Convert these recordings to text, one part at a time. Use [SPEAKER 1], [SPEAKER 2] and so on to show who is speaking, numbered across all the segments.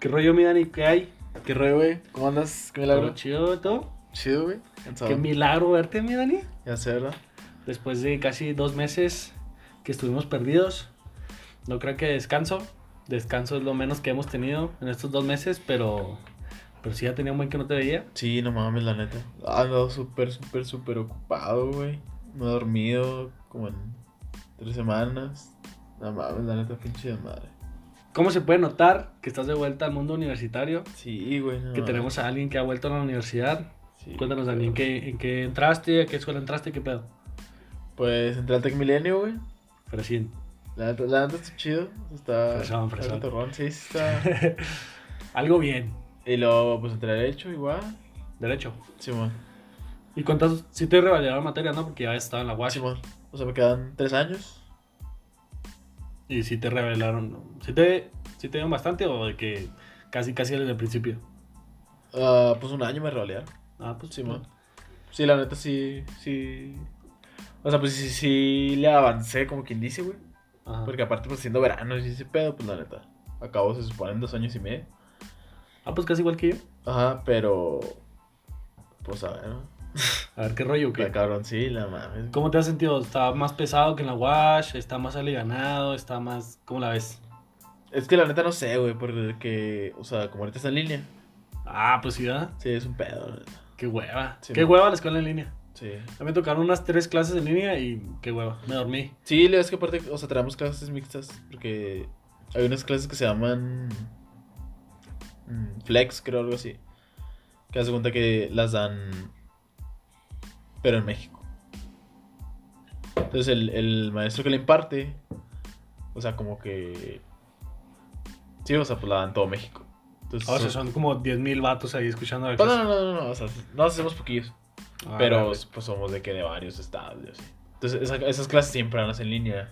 [SPEAKER 1] ¿Qué rollo, mi Dani? ¿Qué hay?
[SPEAKER 2] ¿Qué rollo, güey? ¿Cómo andas? ¿Qué
[SPEAKER 1] ¿Todo
[SPEAKER 2] milagro?
[SPEAKER 1] chido todo?
[SPEAKER 2] Chido, güey. Cansado.
[SPEAKER 1] Qué milagro verte, mi Dani.
[SPEAKER 2] Ya sé, ¿verdad?
[SPEAKER 1] Después de casi dos meses que estuvimos perdidos. No creo que descanso. Descanso es lo menos que hemos tenido en estos dos meses, pero, pero sí ya tenía un buen que no te veía.
[SPEAKER 2] Sí, no mames, la neta. Ah, Ando súper, súper, súper ocupado, güey. No he dormido como en tres semanas. No mames, la neta, pinche madre.
[SPEAKER 1] ¿Cómo se puede notar que estás de vuelta al mundo universitario?
[SPEAKER 2] Sí, güey. no
[SPEAKER 1] Que
[SPEAKER 2] mames.
[SPEAKER 1] tenemos a alguien que ha vuelto a la universidad.
[SPEAKER 2] Sí,
[SPEAKER 1] Cuéntanos,
[SPEAKER 2] pero-
[SPEAKER 1] Dani, ¿en qué, en qué entraste? ¿A qué escuela entraste? ¿Qué pedo?
[SPEAKER 2] Pues entré al Tech Milenio, güey.
[SPEAKER 1] Pero sí.
[SPEAKER 2] La neta, la neta está chido. Está.
[SPEAKER 1] Fresón,
[SPEAKER 2] está
[SPEAKER 1] fresón.
[SPEAKER 2] cotorrón, sí, sí está.
[SPEAKER 1] Algo bien.
[SPEAKER 2] y luego, pues entré derecho, igual.
[SPEAKER 1] Derecho.
[SPEAKER 2] Simón.
[SPEAKER 1] ¿Y cuántas? Sí te revalidaron materia, ¿no? Porque ya estaba en la UAS.
[SPEAKER 2] Simón. O sea, me quedan tres años.
[SPEAKER 1] Y si te revelaron. ¿Sí te, sí te dieron bastante o de que casi, casi desde el principio?
[SPEAKER 2] Ah, pues un año me rolearon.
[SPEAKER 1] Ah, pues
[SPEAKER 2] Sí, man. Sí, la neta sí, sí. O sea, pues sí, sí le avancé, como quien dice, güey.
[SPEAKER 1] Ajá.
[SPEAKER 2] Porque aparte, pues siendo verano y ese pedo, pues la neta. Acabo, se supone, en dos años y medio.
[SPEAKER 1] Ah, pues casi igual que yo.
[SPEAKER 2] Ajá, pero. Pues a ver, ¿no?
[SPEAKER 1] A ver qué rollo,
[SPEAKER 2] La
[SPEAKER 1] ¿qué?
[SPEAKER 2] cabrón, sí, la mames.
[SPEAKER 1] ¿Cómo te has sentido? ¿Está más pesado que en la wash? ¿Está más alivianado? ¿Está más.? ¿Cómo la ves?
[SPEAKER 2] Es que la neta no sé, güey, porque. O sea, como ahorita está en línea.
[SPEAKER 1] Ah, pues sí, ¿verdad?
[SPEAKER 2] Sí, es un pedo, la neta.
[SPEAKER 1] Qué hueva.
[SPEAKER 2] Sí,
[SPEAKER 1] qué
[SPEAKER 2] man.
[SPEAKER 1] hueva la escuela en línea.
[SPEAKER 2] Sí.
[SPEAKER 1] A mí me tocaron unas tres clases en línea y qué hueva. Me dormí.
[SPEAKER 2] Sí, la verdad es que aparte, o sea, traemos clases mixtas. Porque hay unas clases que se llaman. mm, Flex, creo, algo así. Que hace cuenta que las dan. Pero en México. Entonces el, el maestro que le imparte. O sea, como que. Sí, o sea, pues la dan todo México. Entonces,
[SPEAKER 1] Ah, O sea, son como 10.000 vatos ahí escuchando la
[SPEAKER 2] No, no,
[SPEAKER 1] clase.
[SPEAKER 2] no, no, no, o sea, no hacemos poquillos.
[SPEAKER 1] Ah,
[SPEAKER 2] Pero
[SPEAKER 1] vale.
[SPEAKER 2] pues somos de que de varios estados y así. Entonces esa- esas clases siempre van a ser en línea.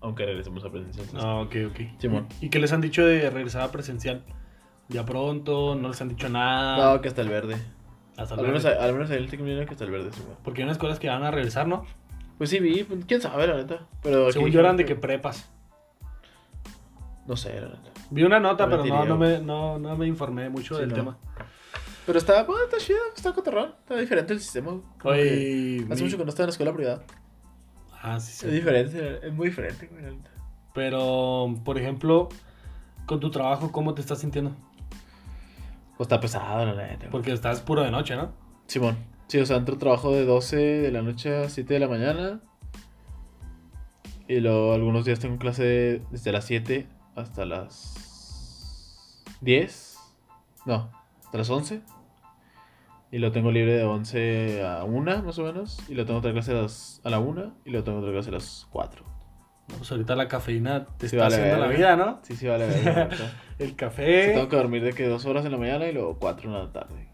[SPEAKER 2] Aunque regresemos a presencial.
[SPEAKER 1] Ah, ok, ok.
[SPEAKER 2] Simón.
[SPEAKER 1] ¿Y qué les han dicho de regresar a presencial? Ya pronto, no les han dicho nada.
[SPEAKER 2] No, que hasta el verde.
[SPEAKER 1] Ah. Hasta
[SPEAKER 2] al, menos,
[SPEAKER 1] luego.
[SPEAKER 2] al menos ahí el Tecmilenio que hasta el verde, Simón.
[SPEAKER 1] Porque hay unas escuelas que van a regresar, ¿no?
[SPEAKER 2] Pues sí, vi, pues, quién sabe, la neta. Pero
[SPEAKER 1] Según
[SPEAKER 2] aquí
[SPEAKER 1] yo eran de que
[SPEAKER 2] dijeron
[SPEAKER 1] prepas.
[SPEAKER 2] No sé, la neta.
[SPEAKER 1] Vi una nota,
[SPEAKER 2] No
[SPEAKER 1] pero no,
[SPEAKER 2] mentiría,
[SPEAKER 1] no, me, no, no me informé mucho
[SPEAKER 2] Sí,
[SPEAKER 1] del
[SPEAKER 2] no.
[SPEAKER 1] tema.
[SPEAKER 2] Pero está, bueno, está chido, está cotorrón. Está diferente el sistema. güey. Como que
[SPEAKER 1] Oye, mi-
[SPEAKER 2] Hace mucho que no estaba en la escuela privada.
[SPEAKER 1] Ah, sí, sí.
[SPEAKER 2] Es diferente, es muy diferente, güey, la neta.
[SPEAKER 1] Pero, por ejemplo, con tu trabajo, ¿cómo te estás sintiendo?
[SPEAKER 2] Pues está pesado, la neta. güey.
[SPEAKER 1] Porque estás puro de noche, ¿no?
[SPEAKER 2] Simón. Sí, o sea, entro trabajo de 12 de la noche a 7 de la mañana. Y luego algunos días tengo clase desde las 7 hasta las 10. No, hasta las 11. Y lo tengo libre de 11 a 1 más o menos. Y lo tengo otra clase a, las- a la 1. Y lo tengo otra clase a las 4.
[SPEAKER 1] No, Pues ahorita la cafeína te
[SPEAKER 2] Sí,
[SPEAKER 1] está
[SPEAKER 2] vale,
[SPEAKER 1] haciendo la
[SPEAKER 2] verga.
[SPEAKER 1] vida, ¿no?
[SPEAKER 2] Sí, sí, vale. vale, vale. O sea,
[SPEAKER 1] El
[SPEAKER 2] tengo
[SPEAKER 1] café.
[SPEAKER 2] que dormir de que 2 horas en la mañana y luego 4 en la tarde.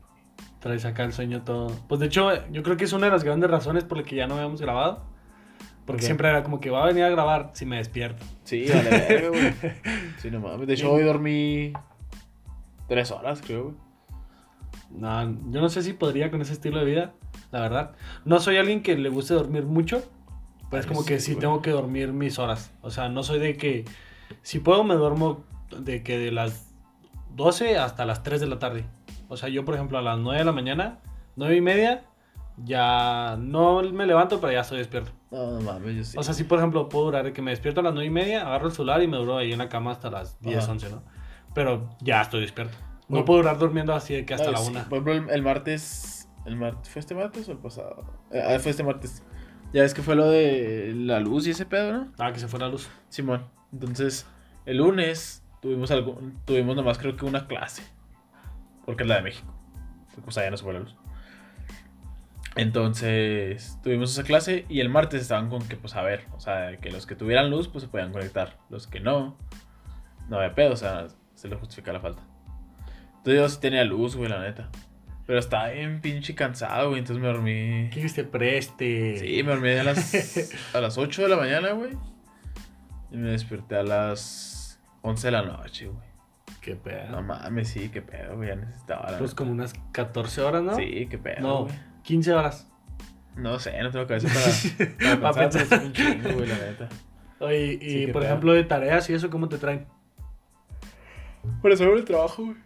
[SPEAKER 1] Traes acá el sueño todo. Pues de hecho, yo creo que es una de las grandes razones por las que ya no habíamos grabado. Porque
[SPEAKER 2] Ok.
[SPEAKER 1] siempre era como que va a venir a grabar si me despierto.
[SPEAKER 2] Sí, vale, verga, güey. Sí, no mames. De hecho, hoy dormí tres horas, creo, güey.
[SPEAKER 1] No, yo no sé si podría con ese estilo de vida, la verdad. No soy alguien que le guste dormir mucho, pero es
[SPEAKER 2] Ay,
[SPEAKER 1] como
[SPEAKER 2] sí,
[SPEAKER 1] que sí
[SPEAKER 2] güey.
[SPEAKER 1] tengo que dormir mis horas. O sea, no soy de que, si puedo me duermo de que de las 12 hasta las 3 de la tarde. O sea, yo por ejemplo a las 9 de la mañana, 9 y media, ya no me levanto, pero ya estoy despierto.
[SPEAKER 2] No, no mames, yo sí.
[SPEAKER 1] O sea, si por ejemplo puedo durar de que me despierto a las 9 y media, agarro el celular y me duro ahí en la cama hasta las 10,
[SPEAKER 2] Ajá.
[SPEAKER 1] 11, ¿no? Pero ya estoy despierto. No
[SPEAKER 2] Bueno.
[SPEAKER 1] puedo durar durmiendo así de que hasta
[SPEAKER 2] Ay,
[SPEAKER 1] la
[SPEAKER 2] sí.
[SPEAKER 1] 1.
[SPEAKER 2] Por ejemplo, el, el martes. El martes ¿Fue este martes o el pasado? Eh, Ah, fue este martes. Ya ves que fue lo de la luz y ese pedo, ¿no?
[SPEAKER 1] Ah, que se fue la luz.
[SPEAKER 2] Simón. Entonces, el lunes tuvimos algo, tuvimos nomás creo que una clase. Porque es la de México. O sea, ya no se fue la luz. Entonces, tuvimos esa clase y el martes estaban con que, pues, a ver, o sea, que los que tuvieran luz, pues, se podían conectar. Los que no, no había pedo, o sea, se les justifica la falta. Entonces, yo sí tenía luz, güey, la neta. Pero estaba bien pinche cansado, güey, entonces me dormí...
[SPEAKER 1] Que se preste.
[SPEAKER 2] Sí, me dormí a las, a las 8 de la mañana, güey. Y me desperté a las 11 de la noche, güey.
[SPEAKER 1] Qué
[SPEAKER 2] No
[SPEAKER 1] pedo.
[SPEAKER 2] mames, sí, qué pedo, güey. Ya necesitaba la
[SPEAKER 1] Pues como unas 14 horas, ¿no?
[SPEAKER 2] Sí, qué pedo,
[SPEAKER 1] No,
[SPEAKER 2] güey.
[SPEAKER 1] 15 horas.
[SPEAKER 2] No sé, no tengo cabeza para, para,
[SPEAKER 1] Para
[SPEAKER 2] pensar, pero es un chingo, güey, la neta.
[SPEAKER 1] Oye, y
[SPEAKER 2] Sí, qué
[SPEAKER 1] por
[SPEAKER 2] pedo.
[SPEAKER 1] ejemplo, de tareas y eso, ¿cómo te traen?
[SPEAKER 2] Para saber el trabajo, güey.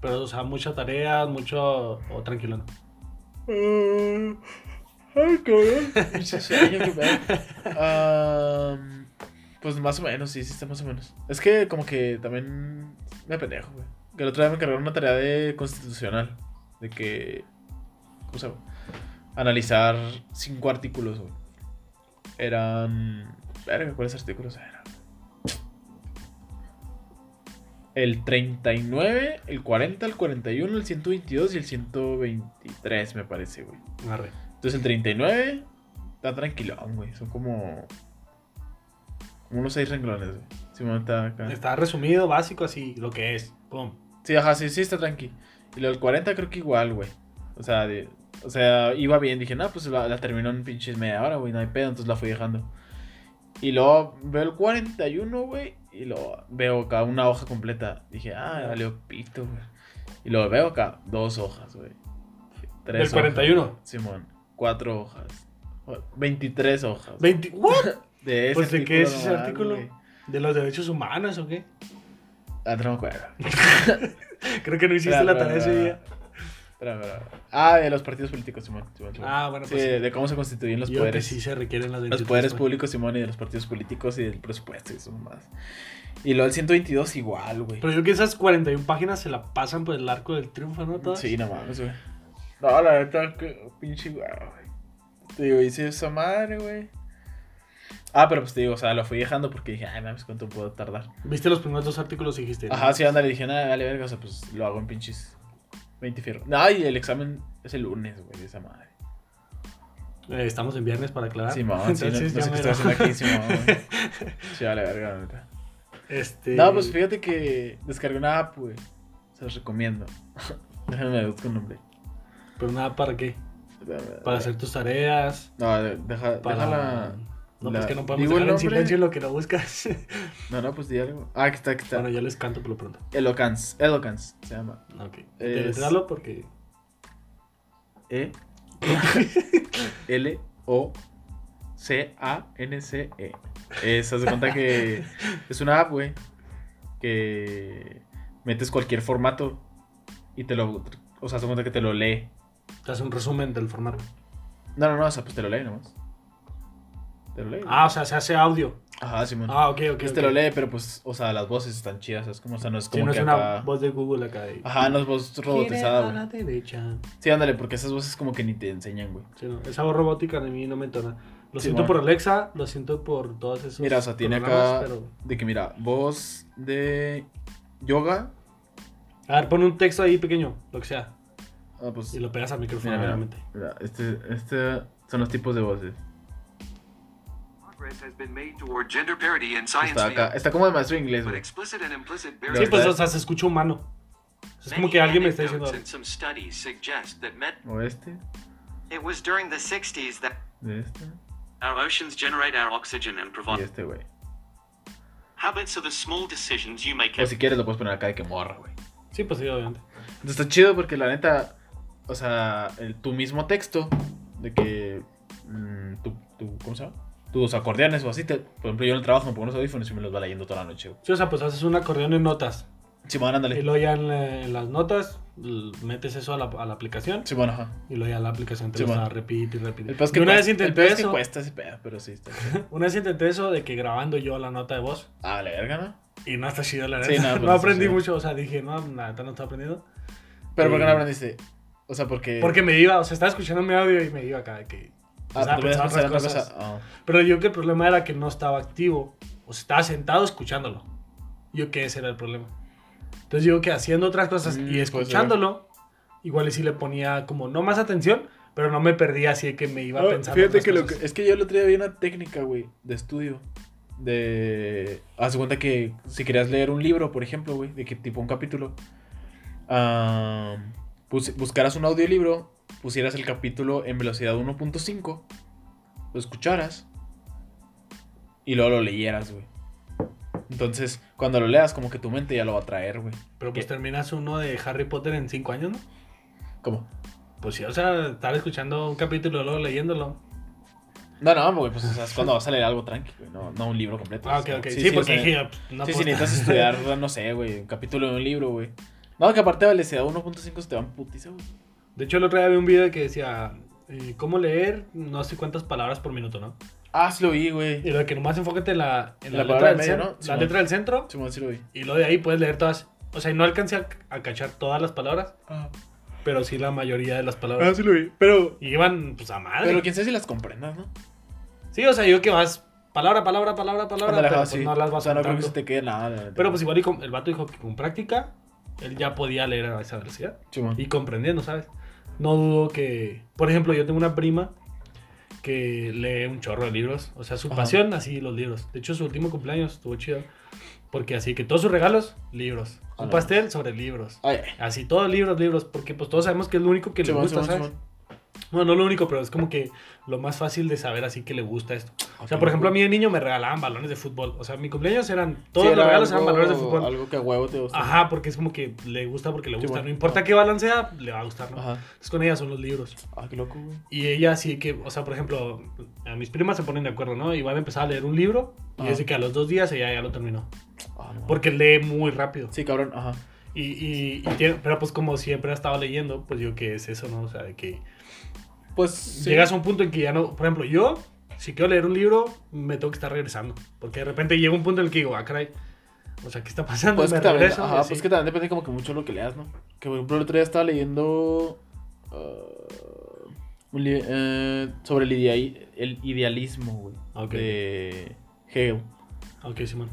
[SPEAKER 1] Pero, o sea, mucha tarea, mucho... O tranquilo, ¿no?
[SPEAKER 2] Ah, Ay, cabrón. Pinche sueño que me da. Am, Pues más o menos, sí, sí está más o menos. Es que como que también me pendejo, güey. Que el otro día me encargaron una tarea de constitucional. De que... ¿Cómo se llama? Analizar cinco artículos, güey. Eran... Verga, ¿cuáles artículos eran? El 39, el 40, el 41, el 122 y el 123, me parece, güey.
[SPEAKER 1] Arre.
[SPEAKER 2] Entonces el 39 está tranquilón, güey. Son como. Como unos seis renglones, güey. Sí, bueno, está acá.
[SPEAKER 1] Está resumido, básico, así, lo que es. Pum.
[SPEAKER 2] Sí, ajá, sí, sí, está tranqui. Y lo del 40 creo que igual, güey. O sea, de- o sea, iba bien. Dije, no, pues la, la terminó en pinches media hora, güey. No hay pedo, entonces la fui dejando. Y luego veo el 41, güey. Y luego veo acá una hoja completa. Dije, ah, valió pito, güey. Y luego veo acá dos hojas, güey. Tres
[SPEAKER 1] Del 41.
[SPEAKER 2] Simón, cuatro hojas. O- 23 hojas.
[SPEAKER 1] 20... ¿What?
[SPEAKER 2] De ese
[SPEAKER 1] Pues, ¿de qué es ese
[SPEAKER 2] nomás,
[SPEAKER 1] artículo?
[SPEAKER 2] güey.
[SPEAKER 1] ¿De los derechos humanos o qué?
[SPEAKER 2] Ah, no me acuerdo.
[SPEAKER 1] Creo que no hiciste la tarea ese día.
[SPEAKER 2] Espera, espera, espera. Ah, de los partidos políticos, Simón. Simón, Simón.
[SPEAKER 1] Ah, bueno,
[SPEAKER 2] Sí,
[SPEAKER 1] pues sí.
[SPEAKER 2] de cómo se constituyen los
[SPEAKER 1] Yo creo que
[SPEAKER 2] poderes.
[SPEAKER 1] sí se requieren las
[SPEAKER 2] Los
[SPEAKER 1] 23
[SPEAKER 2] poderes
[SPEAKER 1] pa-
[SPEAKER 2] públicos, Simón, y de los partidos políticos y del presupuesto y eso más. Y luego el 122 igual, güey.
[SPEAKER 1] Pero yo que esas 41 páginas se la pasan por el arco del triunfo, ¿no? Todas.
[SPEAKER 2] Sí, no mames, güey. No, la neta, que pinche guau, güey. Te digo, hice esa madre, güey. Ah, pero pues te digo, o sea, lo fui dejando porque dije, ay, mames, ¿cuánto puedo tardar?
[SPEAKER 1] ¿Viste los primeros dos artículos y dijiste?
[SPEAKER 2] Ajá, sí, anda, le dije, nada, dale verga, o sea, pues lo hago en pinches 20 fierro. No, y el examen es el lunes, güey, esa madre.
[SPEAKER 1] Eh, estamos en viernes para aclarar.
[SPEAKER 2] Simón, sí, no, no
[SPEAKER 1] Ah, Entonces,
[SPEAKER 2] sé
[SPEAKER 1] ya
[SPEAKER 2] qué estoy
[SPEAKER 1] mero.
[SPEAKER 2] haciendo aquí, Simón, güey. Sí, vale, verga, la neta.
[SPEAKER 1] Este...
[SPEAKER 2] No, pues fíjate que descargué una app, güey. Se los recomiendo. Déjame buscar un nombre.
[SPEAKER 1] Pero nada, ¿para qué? Para hacer tus tareas.
[SPEAKER 2] No, de- deja,
[SPEAKER 1] Para...
[SPEAKER 2] déjala.
[SPEAKER 1] No,
[SPEAKER 2] la-
[SPEAKER 1] pues que no podemos
[SPEAKER 2] digo el
[SPEAKER 1] dejar en
[SPEAKER 2] nombre.
[SPEAKER 1] silencio lo que no buscas.
[SPEAKER 2] No, no, pues di algo. Ah, aquí está, aquí está.
[SPEAKER 1] bueno, yo les canto por lo pronto.
[SPEAKER 2] Elocance, Elocance se llama.
[SPEAKER 1] Ok.
[SPEAKER 2] Es-
[SPEAKER 1] Deletralo porque...
[SPEAKER 2] E L O C A N C E. Es, haz de cuenta que es una app, güey, que metes cualquier formato y te lo, o sea, haz de cuenta que te lo lee.
[SPEAKER 1] Te hace un resumen del formato.
[SPEAKER 2] No, no, no, o sea, pues te lo lee nomás. Te lo lee.
[SPEAKER 1] Ah, o sea, se hace audio.
[SPEAKER 2] Ajá, Simón.
[SPEAKER 1] Ah, ok, ok.
[SPEAKER 2] Pues
[SPEAKER 1] ok.
[SPEAKER 2] te lo lee, pero pues, o sea, las voces están chidas, es como, o sea, no es
[SPEAKER 1] Sí,
[SPEAKER 2] como
[SPEAKER 1] no es
[SPEAKER 2] que
[SPEAKER 1] una
[SPEAKER 2] acá-
[SPEAKER 1] voz de Google acá. de-
[SPEAKER 2] Ajá, no es voz robotizada,
[SPEAKER 1] Gire a
[SPEAKER 2] güey.
[SPEAKER 1] la derecha.
[SPEAKER 2] Sí, ándale, porque esas voces como que ni te enseñan, güey.
[SPEAKER 1] Sí, no, esa voz robótica de mí no me entona. Lo
[SPEAKER 2] Sí,
[SPEAKER 1] siento
[SPEAKER 2] mon.
[SPEAKER 1] por Alexa, lo siento por todos esos.
[SPEAKER 2] Mira, o sea, tiene
[SPEAKER 1] programas,
[SPEAKER 2] acá
[SPEAKER 1] pero-
[SPEAKER 2] de que, mira, voz de yoga.
[SPEAKER 1] A ver, pon un texto ahí pequeño, lo que sea.
[SPEAKER 2] Ah, pues,
[SPEAKER 1] Y lo pegas al micrófono,
[SPEAKER 2] mira, mira,
[SPEAKER 1] obviamente.
[SPEAKER 2] mira, este, este son los tipos de voces.
[SPEAKER 3] Progress has been made toward gender parity in science
[SPEAKER 2] Está acá, eh.
[SPEAKER 3] field,
[SPEAKER 2] está como de maestro de inglés,
[SPEAKER 3] but
[SPEAKER 2] güey.
[SPEAKER 3] explicit and implicit
[SPEAKER 2] Pero
[SPEAKER 1] Sí,
[SPEAKER 3] barriers.
[SPEAKER 1] pues,
[SPEAKER 2] está-
[SPEAKER 1] o sea, se escucha humano. Es como
[SPEAKER 3] Many
[SPEAKER 1] que alguien me está diciendo.
[SPEAKER 3] anecdotes and some studies suggest that men-
[SPEAKER 2] O este,
[SPEAKER 3] It was during the 60s that
[SPEAKER 2] de este
[SPEAKER 3] our oceans generate our oxygen and
[SPEAKER 2] y
[SPEAKER 3] provide
[SPEAKER 2] este, güey.
[SPEAKER 3] habits are the small decisions you make
[SPEAKER 2] O si quieres lo puedes poner acá de que morra, güey.
[SPEAKER 1] Sí, pues sí, obviamente.
[SPEAKER 2] Entonces está chido porque la neta, o sea, el- tu mismo texto, de que mm, tu, tu- ¿cómo se llama? Tus acordeones o así, te, por ejemplo, yo en el trabajo me pongo unos audífonos y me los va leyendo toda la noche, güey.
[SPEAKER 1] Sí, o sea, pues haces un acordeón en notas.
[SPEAKER 2] Simón,
[SPEAKER 1] Y
[SPEAKER 2] ándale.
[SPEAKER 1] luego ya en, la- en las notas l- metes eso a la, a la aplicación.
[SPEAKER 2] Simón, ajá.
[SPEAKER 1] Y luego ya la aplicación te
[SPEAKER 2] Sí,
[SPEAKER 1] lo
[SPEAKER 2] mon.
[SPEAKER 1] está repite y repite.
[SPEAKER 2] El peor es que
[SPEAKER 1] Yo una
[SPEAKER 2] cuesta-
[SPEAKER 1] vez
[SPEAKER 2] el peor
[SPEAKER 1] intenté
[SPEAKER 2] es que
[SPEAKER 1] eso.
[SPEAKER 2] cuesta ese pedo, pero sí está chido.
[SPEAKER 1] Una vez intenté eso de que grabando yo la nota de voz.
[SPEAKER 2] Ah, la verga, ¿no?
[SPEAKER 1] Y no está chido, la verdad.
[SPEAKER 2] Sí, no, pues,
[SPEAKER 1] no
[SPEAKER 2] no está
[SPEAKER 1] aprendí
[SPEAKER 2] chido.
[SPEAKER 1] mucho. O sea, dije, no, nada, no está aprendiendo.
[SPEAKER 2] Pero ¿por qué no
[SPEAKER 1] Eh,
[SPEAKER 2] aprendiste? O sea, porque...
[SPEAKER 1] Porque me iba, o sea, estaba escuchando mi audio y me iba acá de que.
[SPEAKER 2] Ah,
[SPEAKER 1] estaba
[SPEAKER 2] te puedes
[SPEAKER 1] pensando
[SPEAKER 2] pensar en otra
[SPEAKER 1] otras
[SPEAKER 2] cosa.
[SPEAKER 1] cosas.
[SPEAKER 2] Ah.
[SPEAKER 1] Pero yo que el problema era que no estaba activo. O sea, estaba sentado escuchándolo. Yo que ese era el problema. Entonces yo que haciendo otras cosas
[SPEAKER 2] Mm,
[SPEAKER 1] y
[SPEAKER 2] puede ser.
[SPEAKER 1] escuchándolo, igual y sí le ponía como no más atención, pero no me perdía así de que me iba
[SPEAKER 2] Ah,
[SPEAKER 1] pensando.
[SPEAKER 2] Fíjate
[SPEAKER 1] otras
[SPEAKER 2] que, lo
[SPEAKER 1] cosas.
[SPEAKER 2] que- es que yo el otro día vi una técnica, güey, de estudio. De. Haz de cuenta que si querías leer un libro, por ejemplo, güey, de que tipo un capítulo, ah, pus- buscaras un audiolibro, pusieras el capítulo en velocidad 1.5, lo escucharas y luego lo leyeras, güey. Entonces, cuando lo leas, como que tu mente ya lo va a traer, güey.
[SPEAKER 1] Pero pues
[SPEAKER 2] que-
[SPEAKER 1] terminas uno de Harry Potter en cinco años, ¿no?
[SPEAKER 2] ¿Cómo?
[SPEAKER 1] Pues sí, o sea, estar escuchando un capítulo y luego leyéndolo.
[SPEAKER 2] No, no, güey, pues o sea, es cuando vas a leer algo tranqui, güey, no, no un libro completo.
[SPEAKER 1] Ah,
[SPEAKER 2] o
[SPEAKER 1] ok,
[SPEAKER 2] sea,
[SPEAKER 1] ok. Sí,
[SPEAKER 2] o
[SPEAKER 1] porque
[SPEAKER 2] sea,
[SPEAKER 1] dije, ah, no
[SPEAKER 2] sí,
[SPEAKER 1] puedo
[SPEAKER 2] sí, necesitas
[SPEAKER 1] estar-
[SPEAKER 2] estudiar, no sé, güey, un capítulo de un libro, güey. No, que aparte velocidad 1.5 se te van putiza, güey.
[SPEAKER 1] De hecho, el otro día vi un video que decía, eh, ¿cómo leer no sé cuántas palabras por minuto, no?
[SPEAKER 2] Ah, sí lo vi,
[SPEAKER 1] Y
[SPEAKER 2] güey.
[SPEAKER 1] lo que nomás enfócate en la, en la,
[SPEAKER 2] La
[SPEAKER 1] letra,
[SPEAKER 2] palabra
[SPEAKER 1] del
[SPEAKER 2] media,
[SPEAKER 1] cen- la
[SPEAKER 2] ¿no? Simón.
[SPEAKER 1] letra del centro
[SPEAKER 2] Simón, sí lo vi.
[SPEAKER 1] y luego de ahí puedes leer todas. O sea, y no alcancé a, a cachar todas las palabras,
[SPEAKER 2] Ah,
[SPEAKER 1] pero sí la mayoría de las palabras.
[SPEAKER 2] sí lo vi. Pero,
[SPEAKER 1] Y iban, pues, a madre.
[SPEAKER 2] pero quién sabe si las comprendas, ¿no?
[SPEAKER 1] Sí, o sea, yo que vas palabra, palabra, palabra, palabra,
[SPEAKER 2] Ándale,
[SPEAKER 1] pero
[SPEAKER 2] ajá,
[SPEAKER 1] pues
[SPEAKER 2] sí.
[SPEAKER 1] no las
[SPEAKER 2] O
[SPEAKER 1] vas
[SPEAKER 2] sea,
[SPEAKER 1] a
[SPEAKER 2] no creo que se te quede nada. la neta.
[SPEAKER 1] Pero pues igual y con- el vato dijo que con práctica él ya podía leer a esa velocidad
[SPEAKER 2] Simón.
[SPEAKER 1] y comprendiendo, ¿sabes? No dudo que, por ejemplo, yo tengo una prima que lee un chorro de libros, o sea, su
[SPEAKER 2] Ajá.
[SPEAKER 1] pasión así los libros. De hecho, su último cumpleaños estuvo chido porque así que todos sus regalos libros,
[SPEAKER 2] Ah,
[SPEAKER 1] un
[SPEAKER 2] no.
[SPEAKER 1] pastel sobre libros.
[SPEAKER 2] Ay, ay.
[SPEAKER 1] Así todos libros, libros, porque pues todos sabemos que es lo único que le
[SPEAKER 2] Simón,
[SPEAKER 1] gusta,
[SPEAKER 2] Simón,
[SPEAKER 1] ¿sabes?
[SPEAKER 2] Simón.
[SPEAKER 1] Bueno, no lo único, pero es como que lo más fácil de saber así que le gusta esto. O sea,
[SPEAKER 2] Ok.
[SPEAKER 1] por ejemplo, a mí de niño me regalaban balones de fútbol. O sea, mis cumpleaños eran. Todos
[SPEAKER 2] Sí,
[SPEAKER 1] los
[SPEAKER 2] era
[SPEAKER 1] regalos eran
[SPEAKER 2] algo-
[SPEAKER 1] balones de fútbol. Ah.
[SPEAKER 2] Algo que a huevo te gusta.
[SPEAKER 1] Ajá, porque es como que le gusta porque le
[SPEAKER 2] Sí,
[SPEAKER 1] gusta.
[SPEAKER 2] bueno.
[SPEAKER 1] No importa qué balancea, le va a gustar, ¿no?
[SPEAKER 2] Ajá.
[SPEAKER 1] Entonces con ella son los libros.
[SPEAKER 2] Ah, qué loco, güey.
[SPEAKER 1] Y ella sí que, o sea, por ejemplo, a mis primas se ponen de acuerdo, ¿no? Y van a empezar a leer un libro. Y
[SPEAKER 2] Ajá.
[SPEAKER 1] desde que a los dos días ella ya lo terminó.
[SPEAKER 2] Ah, no.
[SPEAKER 1] Porque lee muy rápido.
[SPEAKER 2] Sí, cabrón, ajá.
[SPEAKER 1] Y, y, y tiene- pero pues como siempre ha estado leyendo, pues yo que es eso, ¿no? O sea, de que
[SPEAKER 2] Pues. sí.
[SPEAKER 1] llegas a un punto en que ya no. Por ejemplo, yo, si quiero leer un libro, me tengo que estar regresando. Porque de repente llega un punto en el que digo, ah, caray. O sea, ¿qué está pasando?
[SPEAKER 2] Pues
[SPEAKER 1] me
[SPEAKER 2] que también,
[SPEAKER 1] regreso y
[SPEAKER 2] ajá,
[SPEAKER 1] así.
[SPEAKER 2] pues que también depende como que mucho de lo que leas, ¿no? Que por ejemplo el otro día estaba leyendo ah, un li- eh, sobre el, idea- el idealismo, güey.
[SPEAKER 1] Ok.
[SPEAKER 2] De Hegel.
[SPEAKER 1] Ok, Simón.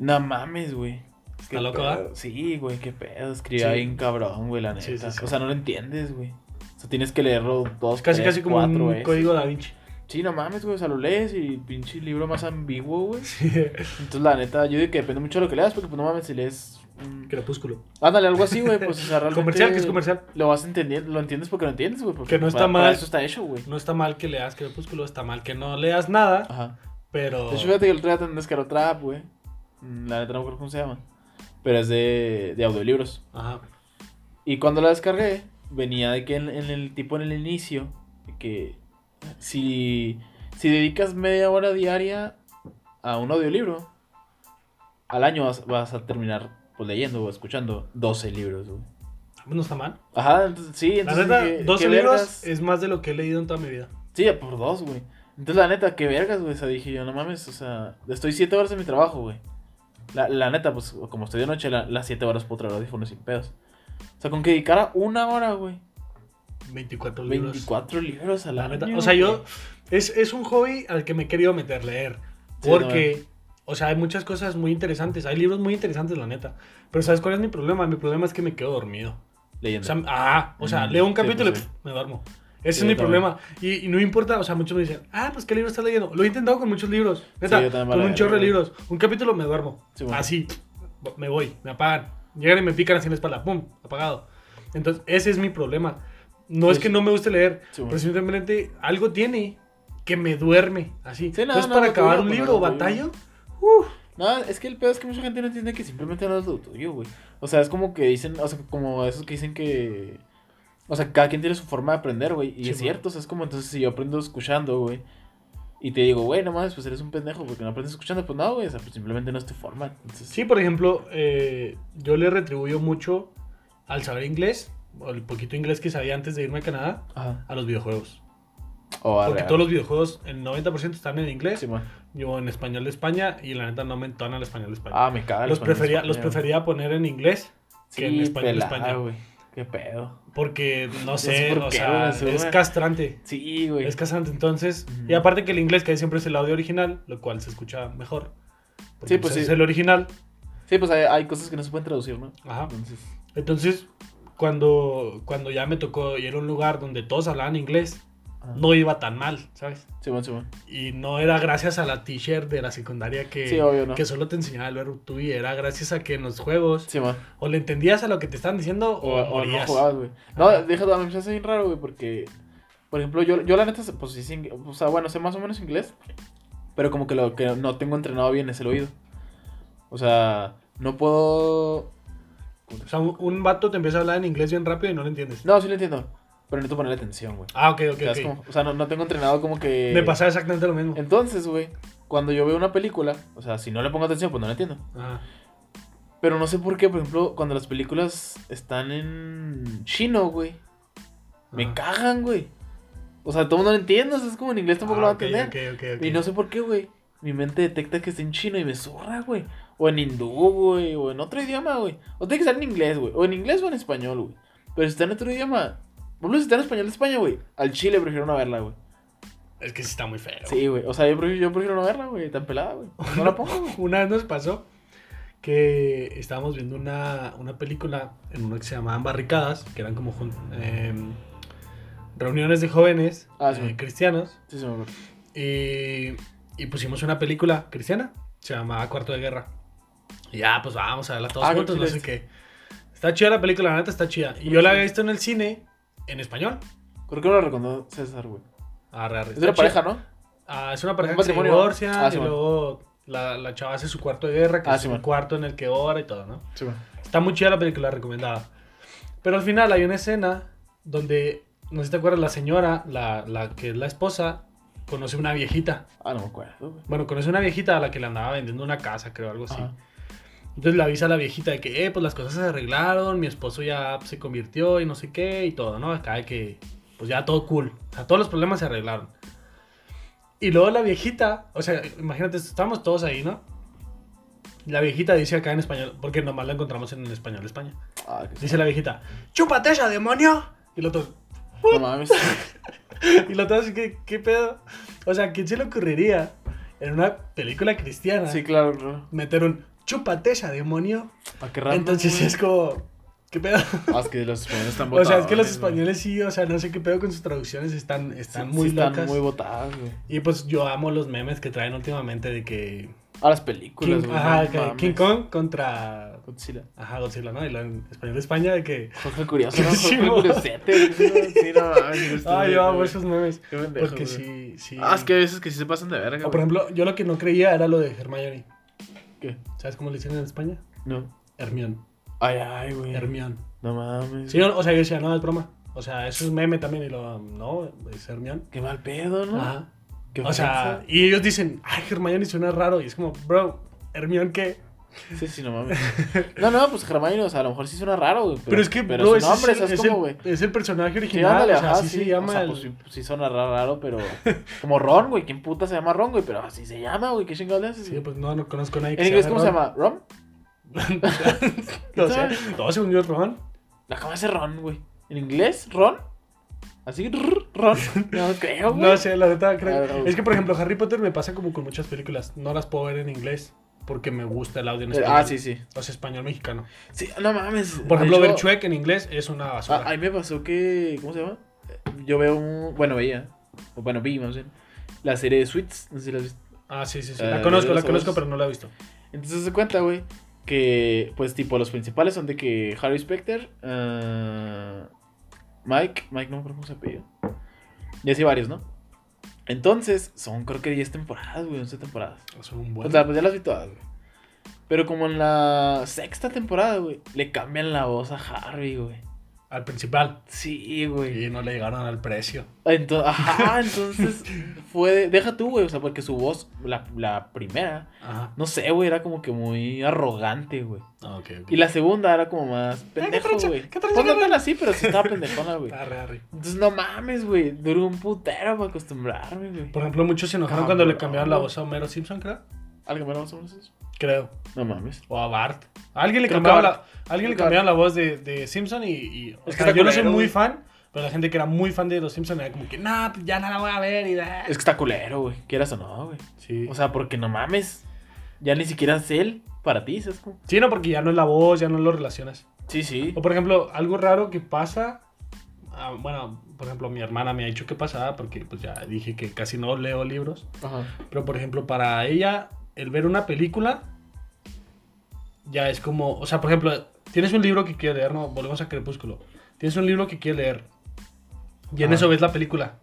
[SPEAKER 2] No mames, güey. Qué
[SPEAKER 1] loco,
[SPEAKER 2] pedo.
[SPEAKER 1] ¿verdad?
[SPEAKER 2] Sí, güey, qué pedo. Escribía
[SPEAKER 1] Sí.
[SPEAKER 2] bien cabrón, güey, la neta.
[SPEAKER 1] Sí, sí, sí.
[SPEAKER 2] O sea, no lo entiendes, güey. O sea, tienes que leerlo dos,
[SPEAKER 1] Es casi,
[SPEAKER 2] tres,
[SPEAKER 1] casi como
[SPEAKER 2] cuatro
[SPEAKER 1] un
[SPEAKER 2] veces.
[SPEAKER 1] código da Vinci.
[SPEAKER 2] Sí, no mames, güey. O sea, lo lees y pinche libro más ambiguo, güey. Entonces, la neta, yo digo que depende mucho de lo que leas, porque pues no mames, si lees. mm,
[SPEAKER 1] Crepúsculo.
[SPEAKER 2] Ándale, algo así, güey, pues, o sea, realmente...
[SPEAKER 1] Comercial, que es comercial.
[SPEAKER 2] Lo vas entendiendo, lo entiendes porque lo entiendes, güey. porque
[SPEAKER 1] Que no está
[SPEAKER 2] para- para
[SPEAKER 1] mal.
[SPEAKER 2] eso está hecho, güey.
[SPEAKER 1] No está mal que leas Crepúsculo, está mal que no leas nada,
[SPEAKER 2] Ajá.
[SPEAKER 1] pero.
[SPEAKER 2] Ah. De hecho, fíjate que el otro día tenía Descaro Trap, güey. Mm, La neta no me acuerdo cómo se llama. Pero es de, de audiolibros.
[SPEAKER 1] Ajá.
[SPEAKER 2] Y cuando la descargué, venía de que en, en el tipo en el inicio, de que si, si dedicas media hora diaria a un audiolibro, al año vas, vas a terminar pues, leyendo o escuchando 12 libros, güey.
[SPEAKER 1] No está mal.
[SPEAKER 2] Ajá, entonces, sí,
[SPEAKER 1] La
[SPEAKER 2] entonces.
[SPEAKER 1] neta,
[SPEAKER 2] ¿qué- qué
[SPEAKER 1] 12 libros
[SPEAKER 2] vergas?
[SPEAKER 1] es más de lo que he leído en toda mi vida.
[SPEAKER 2] Sí, por dos, güey. Entonces, la neta, qué vergas, güey. O sea, dije yo, no mames, o sea, estoy siete horas en mi trabajo, güey. La, la neta, pues, como estoy de noche, la- las siete horas puedo traer audífonos sin pedos. O sea, con que dedicara una hora, güey.
[SPEAKER 1] 24 libros.
[SPEAKER 2] 24 libros a la
[SPEAKER 1] La neta. O sea, yo. Es, es un hobby al que me he querido meter, leer.
[SPEAKER 2] Sí, eh.
[SPEAKER 1] Porque. o sea, hay muchas cosas muy interesantes. Hay libros muy interesantes, la neta. Pero ¿sabes cuál es mi problema? Mi problema es que me quedo dormido. O
[SPEAKER 2] Leyendo.
[SPEAKER 1] sea, ah, o sea,
[SPEAKER 2] Mm,
[SPEAKER 1] leo un
[SPEAKER 2] sí,
[SPEAKER 1] capítulo
[SPEAKER 2] pues,
[SPEAKER 1] y
[SPEAKER 2] sí.
[SPEAKER 1] pf, me duermo. Ese
[SPEAKER 2] Sí,
[SPEAKER 1] es mi
[SPEAKER 2] yo también.
[SPEAKER 1] problema. Y, y no importa, o sea, muchos me dicen, ah, pues qué libro estás leyendo. Lo he intentado con muchos libros. Neta,
[SPEAKER 2] yo también
[SPEAKER 1] con
[SPEAKER 2] vale,
[SPEAKER 1] un chorro de
[SPEAKER 2] vale.
[SPEAKER 1] libros. Un capítulo me duermo.
[SPEAKER 2] Sí, bueno.
[SPEAKER 1] Así, pf, me voy, me apagan. Llegan y me pican así en la espalda, pum, apagado. Entonces, ese es mi problema. No
[SPEAKER 2] Pues-
[SPEAKER 1] es que no me guste leer,
[SPEAKER 2] Sí, bueno.
[SPEAKER 1] pero simplemente algo tiene que me duerme. Así.
[SPEAKER 2] Sí, no,
[SPEAKER 1] Entonces,
[SPEAKER 2] no,
[SPEAKER 1] para
[SPEAKER 2] no,
[SPEAKER 1] acabar
[SPEAKER 2] no,
[SPEAKER 1] un
[SPEAKER 2] no,
[SPEAKER 1] libro
[SPEAKER 2] no,
[SPEAKER 1] o
[SPEAKER 2] no.
[SPEAKER 1] batalla,
[SPEAKER 2] No, es que el pedo es que mucha gente no entiende que simplemente no es lo tuyo, güey. O sea, es como que dicen, o sea, como esos que dicen que. O sea, cada quien tiene su forma de aprender, güey. Y
[SPEAKER 1] Sí,
[SPEAKER 2] es
[SPEAKER 1] güey.
[SPEAKER 2] cierto, o sea, es como entonces si yo aprendo escuchando, güey. Y te digo, güey, no mames, pues eres un pendejo porque no aprendes escuchando. Pues no, güey, o sea, pues simplemente no es tu forma. Entonces,
[SPEAKER 1] Sí, por ejemplo, eh, yo le retribuyo mucho al saber inglés, o el poquito inglés que sabía antes de irme a Canadá,
[SPEAKER 2] Ajá.
[SPEAKER 1] a los videojuegos.
[SPEAKER 2] O a
[SPEAKER 1] Porque todos los videojuegos, el 90% están en inglés,
[SPEAKER 2] Ah, Sí, man.
[SPEAKER 1] yo en español de España, y la neta no me entona el español de España.
[SPEAKER 2] Ah, me caga. el
[SPEAKER 1] los,
[SPEAKER 2] español
[SPEAKER 1] prefería,
[SPEAKER 2] español,
[SPEAKER 1] los
[SPEAKER 2] güey.
[SPEAKER 1] prefería poner en inglés
[SPEAKER 2] Sí,
[SPEAKER 1] que en español de
[SPEAKER 2] pelada,
[SPEAKER 1] España.
[SPEAKER 2] güey. Qué pedo.
[SPEAKER 1] Porque, no
[SPEAKER 2] sé
[SPEAKER 1] sé,
[SPEAKER 2] por
[SPEAKER 1] o
[SPEAKER 2] qué,
[SPEAKER 1] sea,
[SPEAKER 2] güey, se
[SPEAKER 1] es
[SPEAKER 2] me-
[SPEAKER 1] castrante.
[SPEAKER 2] Sí, güey.
[SPEAKER 1] Es castrante, entonces.
[SPEAKER 2] Ujú.
[SPEAKER 1] Y aparte que el inglés, que siempre es el audio original, lo cual se escucha mejor. Porque,
[SPEAKER 2] Sí, pues,
[SPEAKER 1] es
[SPEAKER 2] sí.
[SPEAKER 1] el original.
[SPEAKER 2] Sí, pues hay, hay cosas que no se pueden traducir, ¿no?
[SPEAKER 1] Ajá.
[SPEAKER 2] Entonces.
[SPEAKER 1] Entonces, cuando, cuando ya me tocó ir a un lugar donde todos hablaban inglés,
[SPEAKER 2] ajá.
[SPEAKER 1] no iba tan mal, ¿sabes?
[SPEAKER 2] Sí, man, sí, man.
[SPEAKER 1] Y no era gracias a la teacher de la secundaria que,
[SPEAKER 2] Sí, obvio, ¿no?
[SPEAKER 1] que solo te enseñaba el verbo to be, era gracias a que en los juegos
[SPEAKER 2] Sí, man.
[SPEAKER 1] o le entendías a lo que te estaban diciendo
[SPEAKER 2] O,
[SPEAKER 1] o,
[SPEAKER 2] o no
[SPEAKER 1] morías.
[SPEAKER 2] jugabas, güey. No, deja, a mí me hace bien raro, güey, porque, por ejemplo, yo, yo la neta, pues sí, sé ing- o sea, bueno, sé más o menos inglés, pero como que lo que no tengo entrenado bien es el oído. O sea, no puedo...
[SPEAKER 1] O sea, un, un vato te empieza a hablar en inglés bien rápido y no lo entiendes.
[SPEAKER 2] No, sí lo entiendo. pero necesito ponerle atención, güey.
[SPEAKER 1] Ah, ok, ok,
[SPEAKER 2] Te das
[SPEAKER 1] ok.
[SPEAKER 2] como- o sea, no, no tengo entrenado como que...
[SPEAKER 1] Me pasaba exactamente lo mismo.
[SPEAKER 2] Entonces, güey, cuando yo veo una película, o sea, si no le pongo atención, pues no la entiendo.
[SPEAKER 1] Ajá.
[SPEAKER 2] Pero no sé por qué, por ejemplo, cuando las películas están en chino, güey, me
[SPEAKER 1] Ajá.
[SPEAKER 2] cagan, güey. O sea, todo el mundo lo entiende, o sea, es como en inglés tampoco lo
[SPEAKER 1] Ah,
[SPEAKER 2] va a
[SPEAKER 1] ok,
[SPEAKER 2] entender.
[SPEAKER 1] ok, ok, ok.
[SPEAKER 2] Y no sé por qué, güey. Mi mente detecta que está en chino y me zurra, güey. O en hindú, güey. O en otro idioma, güey. O tiene que estar en inglés, güey. O en inglés o en español, güey. Pero si está en otro idioma. Por ejemplo, si está en español de España, güey. Al Chile prefiero no verla, güey.
[SPEAKER 1] Es que sí está muy feo.
[SPEAKER 2] Sí, güey. O sea, yo prefiero, yo prefiero no verla, güey. Tan pelada, güey. No la pongo, güey.
[SPEAKER 1] Una vez nos pasó que estábamos viendo una, una película en una que se llamaban Barricadas, que eran como jun- em, reuniones de jóvenes
[SPEAKER 2] Ah, sí.
[SPEAKER 1] eh, cristianos.
[SPEAKER 2] Sí, sí, me acuerdo.
[SPEAKER 1] Y, y pusimos una película cristiana, se llamaba Cuarto de Guerra. Y ya, pues vamos a verla todos
[SPEAKER 2] Ah, creo
[SPEAKER 1] juntos,
[SPEAKER 2] que
[SPEAKER 1] no
[SPEAKER 2] la
[SPEAKER 1] sé
[SPEAKER 2] viste.
[SPEAKER 1] qué. Está chida la película, la neta está chida. Y yo la había visto en el cine, en español.
[SPEAKER 2] Creo que me lo recomendó César, güey.
[SPEAKER 1] Arre, arre,
[SPEAKER 2] Es
[SPEAKER 1] está
[SPEAKER 2] de la
[SPEAKER 1] chida.
[SPEAKER 2] pareja, ¿no?
[SPEAKER 1] Ah, es una pareja
[SPEAKER 2] Un
[SPEAKER 1] que se
[SPEAKER 2] matrimonio.
[SPEAKER 1] divorcia
[SPEAKER 2] Ah,
[SPEAKER 1] y
[SPEAKER 2] sí, man.
[SPEAKER 1] luego la, la chava hace su cuarto de guerra, que
[SPEAKER 2] Ah,
[SPEAKER 1] es
[SPEAKER 2] sí,
[SPEAKER 1] el
[SPEAKER 2] man.
[SPEAKER 1] cuarto en el que ora y todo, ¿no?
[SPEAKER 2] Sí, güey.
[SPEAKER 1] Está muy chida la película recomendada. Pero al final hay una escena donde, no sé si te acuerdas, la señora, la, la que es la esposa, conoce una viejita.
[SPEAKER 2] Ah, no me acuerdo, güey.
[SPEAKER 1] Bueno, conoce una viejita a la que le andaba vendiendo una casa, creo, algo así.
[SPEAKER 2] Ajá.
[SPEAKER 1] Entonces le avisa a la viejita de que, eh, pues las cosas se arreglaron, mi esposo ya se convirtió y no sé qué y todo, ¿no? Acá de que, pues ya todo cool. O sea, todos los problemas se arreglaron. Y luego la viejita, o sea, imagínate, estábamos todos ahí, ¿no? La viejita dice acá en español, porque nomás la encontramos en español de España.
[SPEAKER 2] Ah, que sí.
[SPEAKER 1] Dice la viejita, chúpate esa demonio. Y el otro,
[SPEAKER 2] No mames.
[SPEAKER 1] y el otro así que, ¿qué pedo? O sea, ¿quién se le ocurriría en una película cristiana
[SPEAKER 2] Sí, claro, claro.
[SPEAKER 1] meter un chúpate esa demonio?
[SPEAKER 2] ¿A qué raro?
[SPEAKER 1] Entonces es como, ¿qué pedo?
[SPEAKER 2] Ah, es que los españoles están
[SPEAKER 1] O sea, es
[SPEAKER 2] botadones,
[SPEAKER 1] que los
[SPEAKER 2] güey.
[SPEAKER 1] españoles sí, o sea, no sé qué pedo con sus traducciones, están, están
[SPEAKER 2] Sí,
[SPEAKER 1] muy
[SPEAKER 2] sí
[SPEAKER 1] locas.
[SPEAKER 2] Están muy botadas, güey.
[SPEAKER 1] Y pues yo amo los memes que traen últimamente de que
[SPEAKER 2] A Ah, las
[SPEAKER 1] King,
[SPEAKER 2] películas, güey.
[SPEAKER 1] ajá,
[SPEAKER 2] no
[SPEAKER 1] que
[SPEAKER 2] mames.
[SPEAKER 1] King Kong contra
[SPEAKER 2] Godzilla.
[SPEAKER 1] ajá, Godzilla, ¿no? Y lo en español de España de que
[SPEAKER 2] Jorge Curioso, ¿no?
[SPEAKER 1] Sí,
[SPEAKER 2] Jorge
[SPEAKER 1] mo.
[SPEAKER 2] Curiosete. güey. Sí, no mames.
[SPEAKER 1] Ay, yo amo
[SPEAKER 2] güey.
[SPEAKER 1] esos memes.
[SPEAKER 2] Qué pendejo,
[SPEAKER 1] Porque sí,
[SPEAKER 2] güey.
[SPEAKER 1] sí.
[SPEAKER 2] Ah, es que a veces que sí se pasan de verga,
[SPEAKER 1] O por
[SPEAKER 2] güey.
[SPEAKER 1] ejemplo, yo lo que no creía era lo de Hermione.
[SPEAKER 2] ¿Qué?
[SPEAKER 1] ¿Sabes cómo le dicen en España?
[SPEAKER 2] No.
[SPEAKER 1] Hermión.
[SPEAKER 2] Ay, ay, güey.
[SPEAKER 1] Hermión.
[SPEAKER 2] No mames.
[SPEAKER 1] Sí, o o sea, yo decía, no, es broma. O sea, eso es meme también y lo, no, es Hermión.
[SPEAKER 2] Qué mal pedo, ¿no?
[SPEAKER 1] Ajá.
[SPEAKER 2] Qué
[SPEAKER 1] O sea,
[SPEAKER 2] ofensa.
[SPEAKER 1] y ellos dicen, ay, Hermione suena raro. Y es como, bro, Hermión, ¿qué?
[SPEAKER 2] Sí, sí, no mames. No, no, pues Germán, o sea, a lo mejor sí suena raro, güey. Pero,
[SPEAKER 1] Pero es que,
[SPEAKER 2] pero
[SPEAKER 1] bro,
[SPEAKER 2] su
[SPEAKER 1] ese
[SPEAKER 2] nombre,
[SPEAKER 1] es, el-
[SPEAKER 2] ¿sabes
[SPEAKER 1] es
[SPEAKER 2] cómo,
[SPEAKER 1] el,
[SPEAKER 2] güey?
[SPEAKER 1] es el personaje
[SPEAKER 2] Sí,
[SPEAKER 1] original.
[SPEAKER 2] ándale,
[SPEAKER 1] o sea,
[SPEAKER 2] ajá,
[SPEAKER 1] así
[SPEAKER 2] sí.
[SPEAKER 1] se llama.
[SPEAKER 2] o sea,
[SPEAKER 1] el-
[SPEAKER 2] pues sí, pues sí suena raro, raro, pero... Como Ron, güey. ¿Quién puta se llama Ron, güey? Pero así se llama, güey. ¿Qué chingados le haces?
[SPEAKER 1] Sí, pues no, no conozco a nadie que
[SPEAKER 2] ¿En inglés
[SPEAKER 1] llame
[SPEAKER 2] cómo se
[SPEAKER 1] Ron.
[SPEAKER 2] llama? ¿Ron?
[SPEAKER 1] no sé. Todo se unió Ron.
[SPEAKER 2] La cama hace Ron, güey. ¿En inglés? ¿Ron? Así, rrr, Ron. No creo, güey.
[SPEAKER 1] No sé, la neta creo.
[SPEAKER 2] A ver,
[SPEAKER 1] es que, por ejemplo, Harry Potter me pasa como con muchas películas. No las puedo ver en inglés porque me gusta el audio en
[SPEAKER 2] Pero-
[SPEAKER 1] español.
[SPEAKER 2] ah, sí, sí.
[SPEAKER 1] O sea, español mexicano.
[SPEAKER 2] Sí, no mames.
[SPEAKER 1] Por
[SPEAKER 2] De
[SPEAKER 1] ejemplo, ver
[SPEAKER 2] hecho, Ah,
[SPEAKER 1] Chueck en inglés es una basura.
[SPEAKER 2] A, a mí me pasó que. ¿Cómo se llama? Yo veo un. Bueno, veía. o Bueno, vi, más bien. La serie de Sweets. No sé si la has visto.
[SPEAKER 1] ah, sí, sí, sí.
[SPEAKER 2] Eh,
[SPEAKER 1] La conozco,
[SPEAKER 2] de
[SPEAKER 1] la
[SPEAKER 2] los
[SPEAKER 1] conozco,
[SPEAKER 2] sabores.
[SPEAKER 1] pero no la he visto.
[SPEAKER 2] Entonces se cuenta, güey. Que, pues, tipo, los principales son de que Harry Specter. ah, Mike. Mike, no me acuerdo cómo se apellida. Y así varios, ¿no? Entonces, son creo que 10 temporadas, güey. 11 temporadas.
[SPEAKER 1] Son un buen.
[SPEAKER 2] O sea, pues ya las vi todas, güey. Pero como en la sexta temporada, güey, le cambian la voz a Harvey, güey.
[SPEAKER 1] al principal.
[SPEAKER 2] Sí, güey.
[SPEAKER 1] Y no le llegaron al precio.
[SPEAKER 2] Entonces, ajá, entonces fue... de- Deja tú, güey, o sea, porque su voz, la, la primera,
[SPEAKER 1] Ajá.
[SPEAKER 2] no sé, güey, era como que muy arrogante, güey.
[SPEAKER 1] Ah, ok, ok.
[SPEAKER 2] Y la segunda era como más pendejo,
[SPEAKER 1] tranza?
[SPEAKER 2] güey.
[SPEAKER 1] Ah, ¿Qué Ah. tranza,
[SPEAKER 2] Pues no
[SPEAKER 1] carnal?
[SPEAKER 2] tan así, pero sí estaba pendejona, güey.
[SPEAKER 1] Arre, arre.
[SPEAKER 2] Entonces, no mames, güey, duró un putero para acostumbrarme, güey.
[SPEAKER 1] Por ejemplo, muchos se enojaron
[SPEAKER 2] Cabrón.
[SPEAKER 1] cuando le cambiaron la voz a Homero Simpson, creo.
[SPEAKER 2] ¿Alguien me lo más o menos eso?
[SPEAKER 1] Creo.
[SPEAKER 2] No mames.
[SPEAKER 1] O a Bart. A alguien le
[SPEAKER 2] Creo que
[SPEAKER 1] cambiaron
[SPEAKER 2] a Bart.
[SPEAKER 1] la, a alguien le
[SPEAKER 2] Creo que a
[SPEAKER 1] cambiaron la voz de, de Simpson y. y- o
[SPEAKER 2] Es
[SPEAKER 1] sea,
[SPEAKER 2] que está
[SPEAKER 1] yo no soy
[SPEAKER 2] culero,
[SPEAKER 1] muy
[SPEAKER 2] güey.
[SPEAKER 1] fan, pero la gente que era muy fan de los Simpsons era como que, nah, pues ya no la voy a ver y da.
[SPEAKER 2] Es que está culero, güey. Quieras o no, güey.
[SPEAKER 1] Sí.
[SPEAKER 2] O sea, porque no mames. Ya ni siquiera es él para ti, ¿sabes? cómo?
[SPEAKER 1] sí, no, porque ya no es la voz, ya no lo relacionas.
[SPEAKER 2] Sí, sí.
[SPEAKER 1] O por ejemplo, algo raro que pasa. ah, bueno, por ejemplo, mi hermana me ha dicho que pasaba porque pues ya dije que casi no leo libros.
[SPEAKER 2] Ajá.
[SPEAKER 1] Pero por ejemplo, para ella, el ver una película ya es como. O sea, por ejemplo, tienes un libro que quiere leer, no, volvemos a Crepúsculo. Tienes un libro que quiere leer. Y en
[SPEAKER 2] Ah.
[SPEAKER 1] eso ves la película.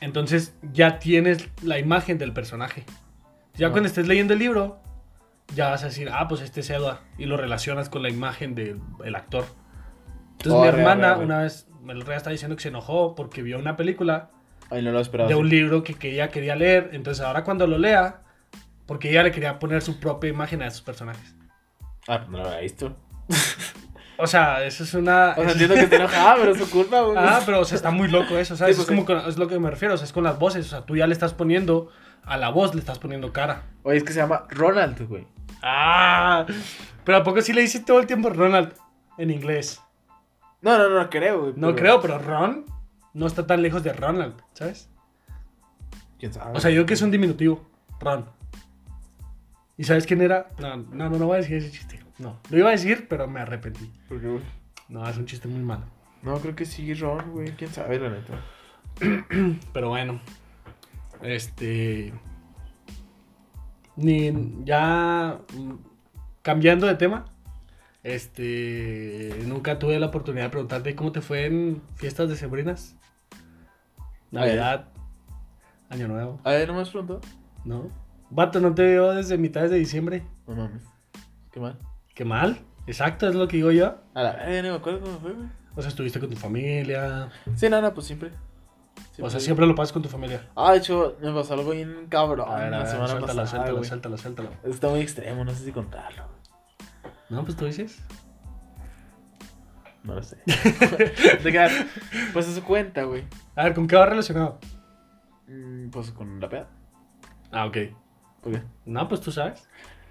[SPEAKER 1] Entonces ya tienes la imagen del personaje. Ya
[SPEAKER 2] Ah.
[SPEAKER 1] cuando estés leyendo el libro, ya vas a decir, ah, pues este es Edward. Y lo relacionas con la imagen del el actor. Entonces mi
[SPEAKER 2] Órale,
[SPEAKER 1] hermana
[SPEAKER 2] órale.
[SPEAKER 1] una vez, me lo está diciendo que se enojó porque vio una película
[SPEAKER 2] Ay, no lo esperaba.
[SPEAKER 1] de un libro que, que ella quería leer. Entonces ahora cuando lo lea, porque ella le quería poner su propia imagen a sus personajes.
[SPEAKER 2] Ah, no lo había visto.
[SPEAKER 1] O sea, eso es una...
[SPEAKER 2] O sea, entiendo que te enoja, ah, pero es su culpa, güey.
[SPEAKER 1] Ah, pero o sea, está muy loco eso, ¿sabes?
[SPEAKER 2] Sí,
[SPEAKER 1] es,
[SPEAKER 2] pues,
[SPEAKER 1] como con- es lo que me refiero, o sea, es con las voces. O sea, tú ya le estás poniendo a la voz, le estás poniendo cara.
[SPEAKER 2] Oye, es que se llama Ronald, güey.
[SPEAKER 1] Ah, pero ¿a poco sí le dices todo el tiempo Ronald en inglés?
[SPEAKER 2] No, no, no creo, güey.
[SPEAKER 1] No
[SPEAKER 2] pero-
[SPEAKER 1] creo, pero Ron no está tan lejos de Ronald, ¿sabes?
[SPEAKER 2] ¿Quién sabe?
[SPEAKER 1] O sea, yo creo que es un diminutivo, Ron. ¿Y sabes quién era? No, no, no, no voy a decir ese chiste. No, lo iba a decir, pero me arrepentí.
[SPEAKER 2] ¿Por qué, güey?
[SPEAKER 1] No, es un chiste muy malo.
[SPEAKER 2] No, creo que sí, Ron, güey. ¿Quién sabe, la neta?
[SPEAKER 1] Pero bueno. Este. Ni ya. mm, Cambiando de tema. Este. Nunca tuve la oportunidad de preguntarte cómo te fue en fiestas de Sembrinas. Navidad. Año Nuevo.
[SPEAKER 2] A ver, no me has preguntado.
[SPEAKER 1] ¿No? Vato, no te veo desde mitades de diciembre.
[SPEAKER 2] No mames. Qué mal.
[SPEAKER 1] Qué mal. Exacto, es lo que digo yo.
[SPEAKER 2] A la verga, no me acuerdo cómo fue, güey.
[SPEAKER 1] O sea, estuviste con tu familia.
[SPEAKER 2] Sí, pues, nada, pues siempre.
[SPEAKER 1] O sea, siempre lo pasas con tu familia.
[SPEAKER 2] Ah, de hecho, me pasó algo bien cabrón
[SPEAKER 1] A ver, a
[SPEAKER 2] Ah, la
[SPEAKER 1] ver,
[SPEAKER 2] semana
[SPEAKER 1] suéltalo,
[SPEAKER 2] pasada.
[SPEAKER 1] suéltalo,
[SPEAKER 2] güey.
[SPEAKER 1] suéltalo, suéltalo.
[SPEAKER 2] Está muy extremo, no sé si contarlo.
[SPEAKER 1] No, pues tú dices.
[SPEAKER 2] No lo sé. Te quedas, pues a su cuenta, güey.
[SPEAKER 1] A ver, ¿con qué va relacionado?
[SPEAKER 2] Mm, Pues con la peda.
[SPEAKER 1] Ah, ok.
[SPEAKER 2] ¿Por qué?
[SPEAKER 1] No, pues tú sabes.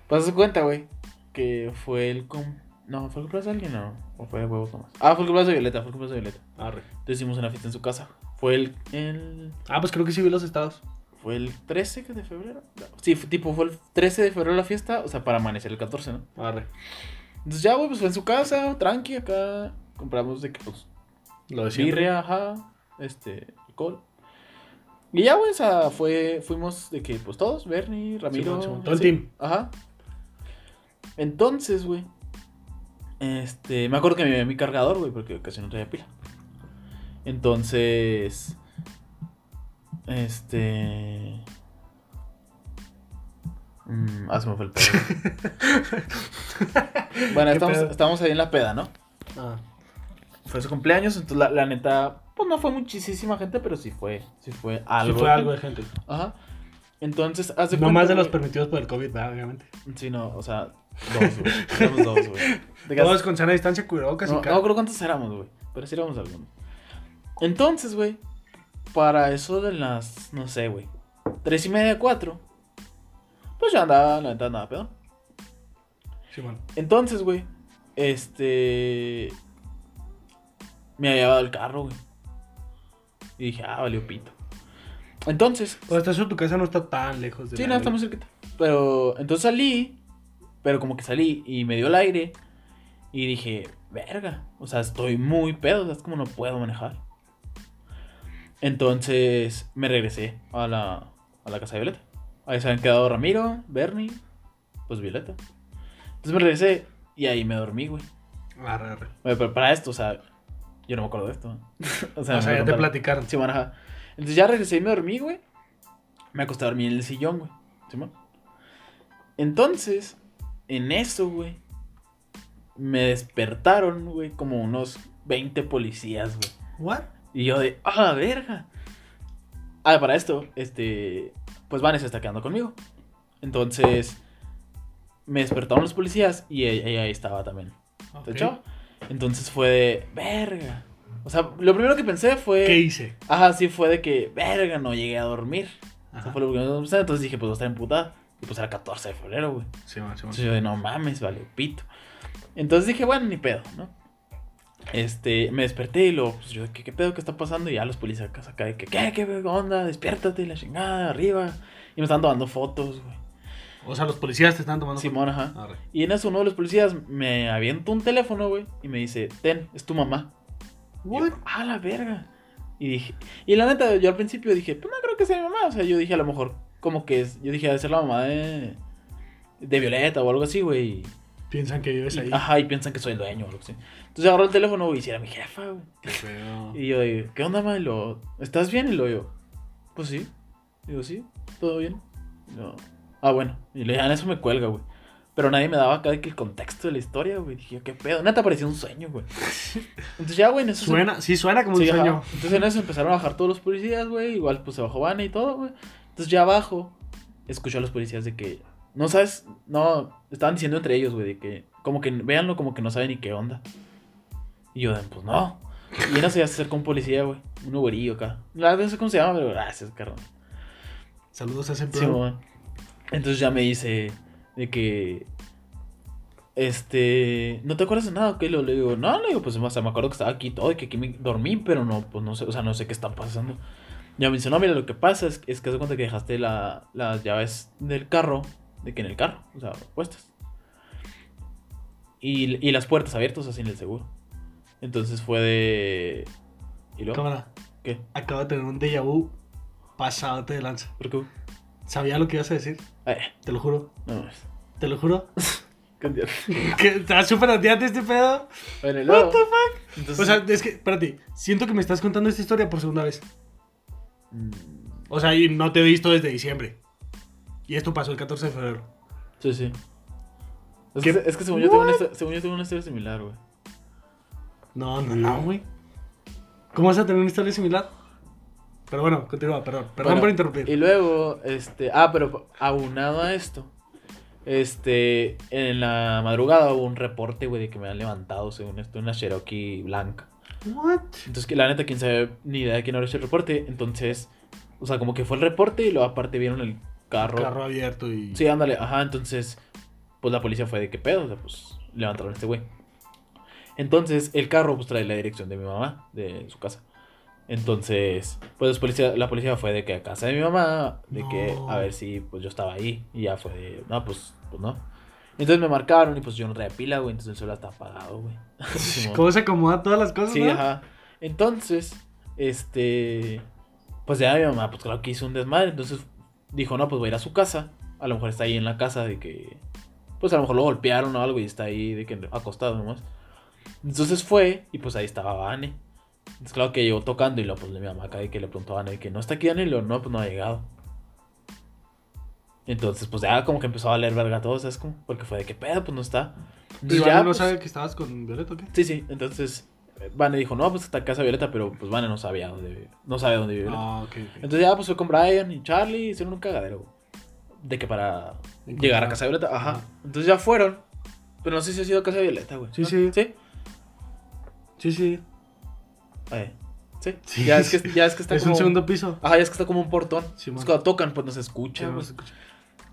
[SPEAKER 2] Pues a su cuenta, güey. Que fue el cum... No, ¿fue el cumpleaños de alguien no? ¿O fue de huevos nomás? Ah, fue el cumpleaños de Violeta, fue el cumpleaños de Violeta.
[SPEAKER 1] Arre.
[SPEAKER 2] Entonces hicimos una fiesta en su casa. Fue el... el...
[SPEAKER 1] Ah, pues creo que sí vi los estados.
[SPEAKER 2] ¿Fue el 13 de febrero? No, Sí, fue- tipo, fue el 13 de febrero la fiesta, o sea, para amanecer el 14, ¿no?
[SPEAKER 1] Arre.
[SPEAKER 2] Entonces ya, güey, pues fue en su casa, tranqui, acá compramos de que, pues,
[SPEAKER 1] Lo de siempre.
[SPEAKER 2] birria, ajá, este, alcohol. Y ya, güey, o sea, fue, fuimos de que, pues, todos, Bernie, Ramiro.
[SPEAKER 1] Simón, Simón, todo el
[SPEAKER 2] sí,
[SPEAKER 1] team.
[SPEAKER 2] Ajá. Entonces, güey, este, me acuerdo que me llevé mi cargador, güey, porque casi no traía pila. Entonces, este... Mm, ah, se me fue el pedo. güey. bueno,
[SPEAKER 1] ¿Qué
[SPEAKER 2] estamos,
[SPEAKER 1] pedo?
[SPEAKER 2] estamos ahí en la peda, ¿no?
[SPEAKER 1] Ah.
[SPEAKER 2] fue su cumpleaños, entonces la, la neta, pues no fue muchísima gente, pero sí fue, sí fue algo.
[SPEAKER 1] Sí fue algo de gente.
[SPEAKER 2] Ajá. Entonces, haz de
[SPEAKER 1] No más de los
[SPEAKER 2] güey.
[SPEAKER 1] permitidos por el COVID, ¿verdad? obviamente.
[SPEAKER 2] Sí, no, o sea, dos, güey. Éramos dos, güey. De que-
[SPEAKER 1] Todos con sana distancia, cubrebocas
[SPEAKER 2] no,
[SPEAKER 1] y cara.
[SPEAKER 2] no creo cuántos éramos, güey, pero sí éramos algunos. Entonces, güey, para eso de las, no sé, güey, tres y media, cuatro, pues yo andaba, la neta, nada, pedo.
[SPEAKER 1] Simón.
[SPEAKER 2] Entonces, güey, este. Me había llevado el carro, güey. Y dije, ah, valió pito. Entonces,
[SPEAKER 1] O sea, eso tu casa no está tan lejos de Este,
[SPEAKER 2] sí,
[SPEAKER 1] la
[SPEAKER 2] no,
[SPEAKER 1] mía.
[SPEAKER 2] estamos cerquita. Pero, entonces salí, pero como que salí y me dio el aire. Y dije, verga, o sea, estoy muy pedo, o sea, es como no puedo manejar. Entonces me regresé a la, a la casa de Violeta. Ahí se habían quedado Ramiro, Bernie, pues Violeta. Entonces me regresé y ahí me dormí, güey.
[SPEAKER 1] Arre, arre.
[SPEAKER 2] Oye, pero para esto, o sea, yo no me acuerdo de esto. O
[SPEAKER 1] O sea,
[SPEAKER 2] me
[SPEAKER 1] ya te
[SPEAKER 2] contaron.
[SPEAKER 1] platicaron.
[SPEAKER 2] Simón, ajá. Entonces ya regresé y me dormí, güey. Me acosté a dormir en el sillón, güey. Simón. Entonces, en eso, güey, me despertaron, güey, como unos 20 policías, güey.
[SPEAKER 1] ¿What?
[SPEAKER 2] Y yo de, ¡ah, la verga! Ah, para esto, este, pues Vanessa está quedando conmigo. Entonces, me despertaron los policías y ella, ella ahí estaba también.
[SPEAKER 1] Ok.
[SPEAKER 2] ¿Te echó? Entonces fue de, verga. O sea, lo primero que pensé fue...
[SPEAKER 1] ¿Qué hice?
[SPEAKER 2] Ajá, sí, fue de que, verga, no llegué a dormir. Eso
[SPEAKER 1] Ajá.
[SPEAKER 2] fue lo primero que pensé. Entonces dije, pues va a estar emputada. Y pues era 14 de febrero, güey.
[SPEAKER 1] Simón, Simón.
[SPEAKER 2] Entonces yo de, no mames, vale, pito. Entonces dije, bueno, ni pedo, ¿no? Este, me desperté y luego, pues yo, ¿qué, qué pedo que está pasando? Y ya los policías acá, acá de que, ¿qué, qué onda? Despiértate, la chingada, arriba. Y me están tomando fotos, güey.
[SPEAKER 1] O sea, los policías te están tomando.
[SPEAKER 2] Simón, ajá.
[SPEAKER 1] Arre.
[SPEAKER 2] Y en eso uno de los policías me avienta un teléfono, güey, y me dice, ten, es tu mamá. Y yo,
[SPEAKER 1] What?
[SPEAKER 2] a la verga. Y dije, y la neta, yo al principio dije, pues no creo que sea mi mamá. O sea, yo dije a lo mejor, como que es, yo dije, ha de ser la mamá de, de Violeta o algo así, güey.
[SPEAKER 1] Piensan que vives
[SPEAKER 2] Y-
[SPEAKER 1] ahí.
[SPEAKER 2] Ajá, y piensan que soy el dueño o algo así. Entonces agarró el teléfono, güey, y si era mi jefa, güey.
[SPEAKER 1] Qué feo.
[SPEAKER 2] Y yo digo, ¿qué onda, ma? Y lo, ¿estás bien? Y lo yo, pues sí. Digo, sí, todo bien. Y lo, ah, bueno. Y le, en eso me cuelga, güey. Pero nadie me daba acá de que el contexto de la historia, güey. Dije, yo, ¿qué pedo? Neta parecía un sueño, güey. Entonces ya, güey, en eso se-
[SPEAKER 1] Suena, sí, suena como
[SPEAKER 2] Sí,
[SPEAKER 1] un
[SPEAKER 2] ajá.
[SPEAKER 1] sueño.
[SPEAKER 2] Entonces en eso empezaron a bajar todos los policías, güey. Igual pues se bajó Vane y todo, güey. Entonces ya abajo escuchó a los policías de que... No sabes, no, estaban diciendo entre ellos, güey, de que... Como que, véanlo, como que no saben ni qué onda. Y yo, pues no. Y en eso ya se acercó un policía, güey. Un uberillo acá. La no sé cómo se llama, pero ah, gracias, carnal.
[SPEAKER 1] Saludos a ese
[SPEAKER 2] Sí,
[SPEAKER 1] perro.
[SPEAKER 2] mamá. Entonces ya me dice de que. Este. ¿No te acuerdas de nada? Que le digo, no, le digo, pues o sea, me acuerdo que estaba aquí y todo y que aquí me dormí, pero no, pues no sé, o sea, no sé qué está pasando. Ya me dice, no, mira, lo que pasa es, es que hace cuenta que dejaste la- las llaves del carro, de que en el carro, o sea, puestas. Y, y las puertas abiertas, así en el seguro. Entonces fue de. ¿Y luego?
[SPEAKER 1] Cámara,
[SPEAKER 2] ¿Qué?
[SPEAKER 1] acabo de tener un déjà vu pasadote de lanza.
[SPEAKER 2] ¿Por qué?
[SPEAKER 1] Sabía lo que ibas a decir,
[SPEAKER 2] Eh,
[SPEAKER 1] te lo juro,
[SPEAKER 2] no mames.
[SPEAKER 1] te lo juro.
[SPEAKER 2] Cambiar.
[SPEAKER 1] que estás súper odiante este pedo.
[SPEAKER 2] Bueno,
[SPEAKER 1] What
[SPEAKER 2] y luego.
[SPEAKER 1] the fuck?
[SPEAKER 2] Entonces,
[SPEAKER 1] O sea, es que, espérate, siento que me estás contando esta historia por segunda vez.
[SPEAKER 2] mm,
[SPEAKER 1] O sea, y no te he visto desde diciembre. Y esto pasó el 14 de febrero.
[SPEAKER 2] Sí, sí. Es
[SPEAKER 1] ¿Qué?
[SPEAKER 2] que, es que según, yo tengo una, histo- según yo tengo una historia similar, güey.
[SPEAKER 1] No, no, no, güey. ¿Cómo vas a tener una historia similar? Pero bueno, continúa, perdón. Perdón
[SPEAKER 2] Bueno,
[SPEAKER 1] por interrumpir.
[SPEAKER 2] Y luego, este. Ah, pero aunado a esto, este. En la madrugada hubo un reporte, güey, de que me han levantado, según esto, una Cherokee blanca.
[SPEAKER 1] What?
[SPEAKER 2] Entonces, que la neta, quién sabe ni idea de quién habrá hecho el reporte. Entonces, o sea, como que fue el reporte y luego aparte vieron el carro.
[SPEAKER 1] Carro abierto y.
[SPEAKER 2] Sí, ándale, ajá, entonces, pues la policía fue de qué pedo, o sea, pues levantaron a este güey. Entonces, el carro pues trae la dirección de mi mamá, de su casa. Entonces, pues los policía- la policía fue de que a casa de mi mamá, de que
[SPEAKER 1] No.
[SPEAKER 2] a ver si pues yo estaba ahí y ya fue de, no, pues, pues no. Entonces me marcaron y pues yo no traía pila, güey, entonces el celular está apagado, güey. Simón.
[SPEAKER 1] ¿Cómo se acomodan todas las cosas?
[SPEAKER 2] Sí,
[SPEAKER 1] no?
[SPEAKER 2] ajá. Entonces, este. Pues ya mi mamá, pues claro que hizo un desmadre. Entonces dijo, no, pues voy a ir a su casa. A lo mejor está ahí en la casa de que. Pues a lo mejor lo golpearon o algo y está ahí de que acostado nomás. Entonces fue y pues ahí estaba Vane. Entonces claro que llegó tocando y lo pues mi mamá acá de que le preguntó a Vane de que no está aquí Vane y lo no, pues no ha llegado. Entonces pues ya como que empezó a leer verga todo, ¿sabes? Como, porque fue de que pedo, pues no está.
[SPEAKER 1] ¿Y
[SPEAKER 2] Entonces,
[SPEAKER 1] Iván no
[SPEAKER 2] pues,
[SPEAKER 1] sabe que estabas con Violeta o qué?
[SPEAKER 2] Sí, sí, entonces eh, Vane dijo, no, pues está casa Violeta, pero pues Vane no sabía dónde vive, no sabe dónde vive Violeta.
[SPEAKER 1] Ah, ok, ok.
[SPEAKER 2] Entonces ya pues fue con Brian y Charlie, hicieron un cagadero, güey, de que para
[SPEAKER 1] Encontrar-
[SPEAKER 2] llegar a casa de Violeta, ajá.
[SPEAKER 1] Ajá.
[SPEAKER 2] Entonces ya fueron, pero no sé si ha sido a casa de Violeta, güey.
[SPEAKER 1] Sí,
[SPEAKER 2] ¿no?
[SPEAKER 1] sí.
[SPEAKER 2] ¿Sí?
[SPEAKER 1] Sí, sí.
[SPEAKER 2] Eh, ¿sí?
[SPEAKER 1] Sí.
[SPEAKER 2] Ya es que, ya es que está
[SPEAKER 1] Es
[SPEAKER 2] como...
[SPEAKER 1] un segundo piso.
[SPEAKER 2] Ajá, ya es que está como un portón.
[SPEAKER 1] Simón.
[SPEAKER 2] Entonces, cuando tocan, pues no se escucha,
[SPEAKER 1] Sí, no
[SPEAKER 2] güey.
[SPEAKER 1] se escucha.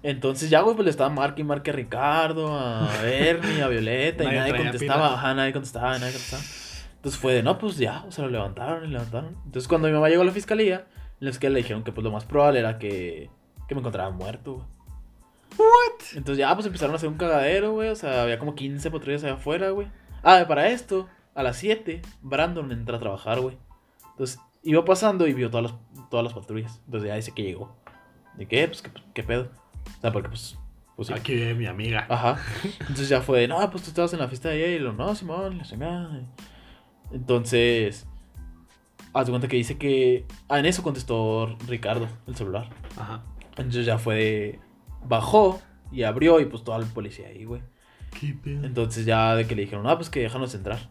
[SPEAKER 2] Entonces ya, güey, pues le estaba marque y marque a Ricardo, a Bernie, a Violeta, y
[SPEAKER 1] Nadie
[SPEAKER 2] nadie
[SPEAKER 1] traía
[SPEAKER 2] contestaba,
[SPEAKER 1] pila.
[SPEAKER 2] ajá, nadie contestaba, nadie contestaba. Entonces fue de, no, pues ya, o sea, lo levantaron y levantaron. Entonces cuando mi mamá llegó a la fiscalía, en la fiscalía le dijeron que pues lo más probable era que, que me encontraran muerto, güey. Entonces ya, pues empezaron a hacer un cagadero, güey, o sea, había como 15 patrullas allá afuera, güey. Ah, para esto, a las 7, Brandon entra a trabajar, güey. Entonces iba pasando y vio todas las, todas las patrullas. Entonces ya dice que llegó. ¿De qué? Pues qué, qué pedo. O sea, porque pues. pues sí.
[SPEAKER 1] Aquí vive Ah, mi amiga.
[SPEAKER 2] Ajá. Entonces ya fue de, no, pues tú estabas en la fiesta de ayer y lo, no, Simón, la chingada". Entonces, haz de cuenta que dice que. Ah, en eso contestó Ricardo, el celular.
[SPEAKER 1] Ajá.
[SPEAKER 2] Entonces ya fue de. Bajó y abrió y pues todo el policía ahí, güey.
[SPEAKER 1] ¿Qué pedo?
[SPEAKER 2] Entonces ya de que le dijeron, ah, pues que déjanos entrar.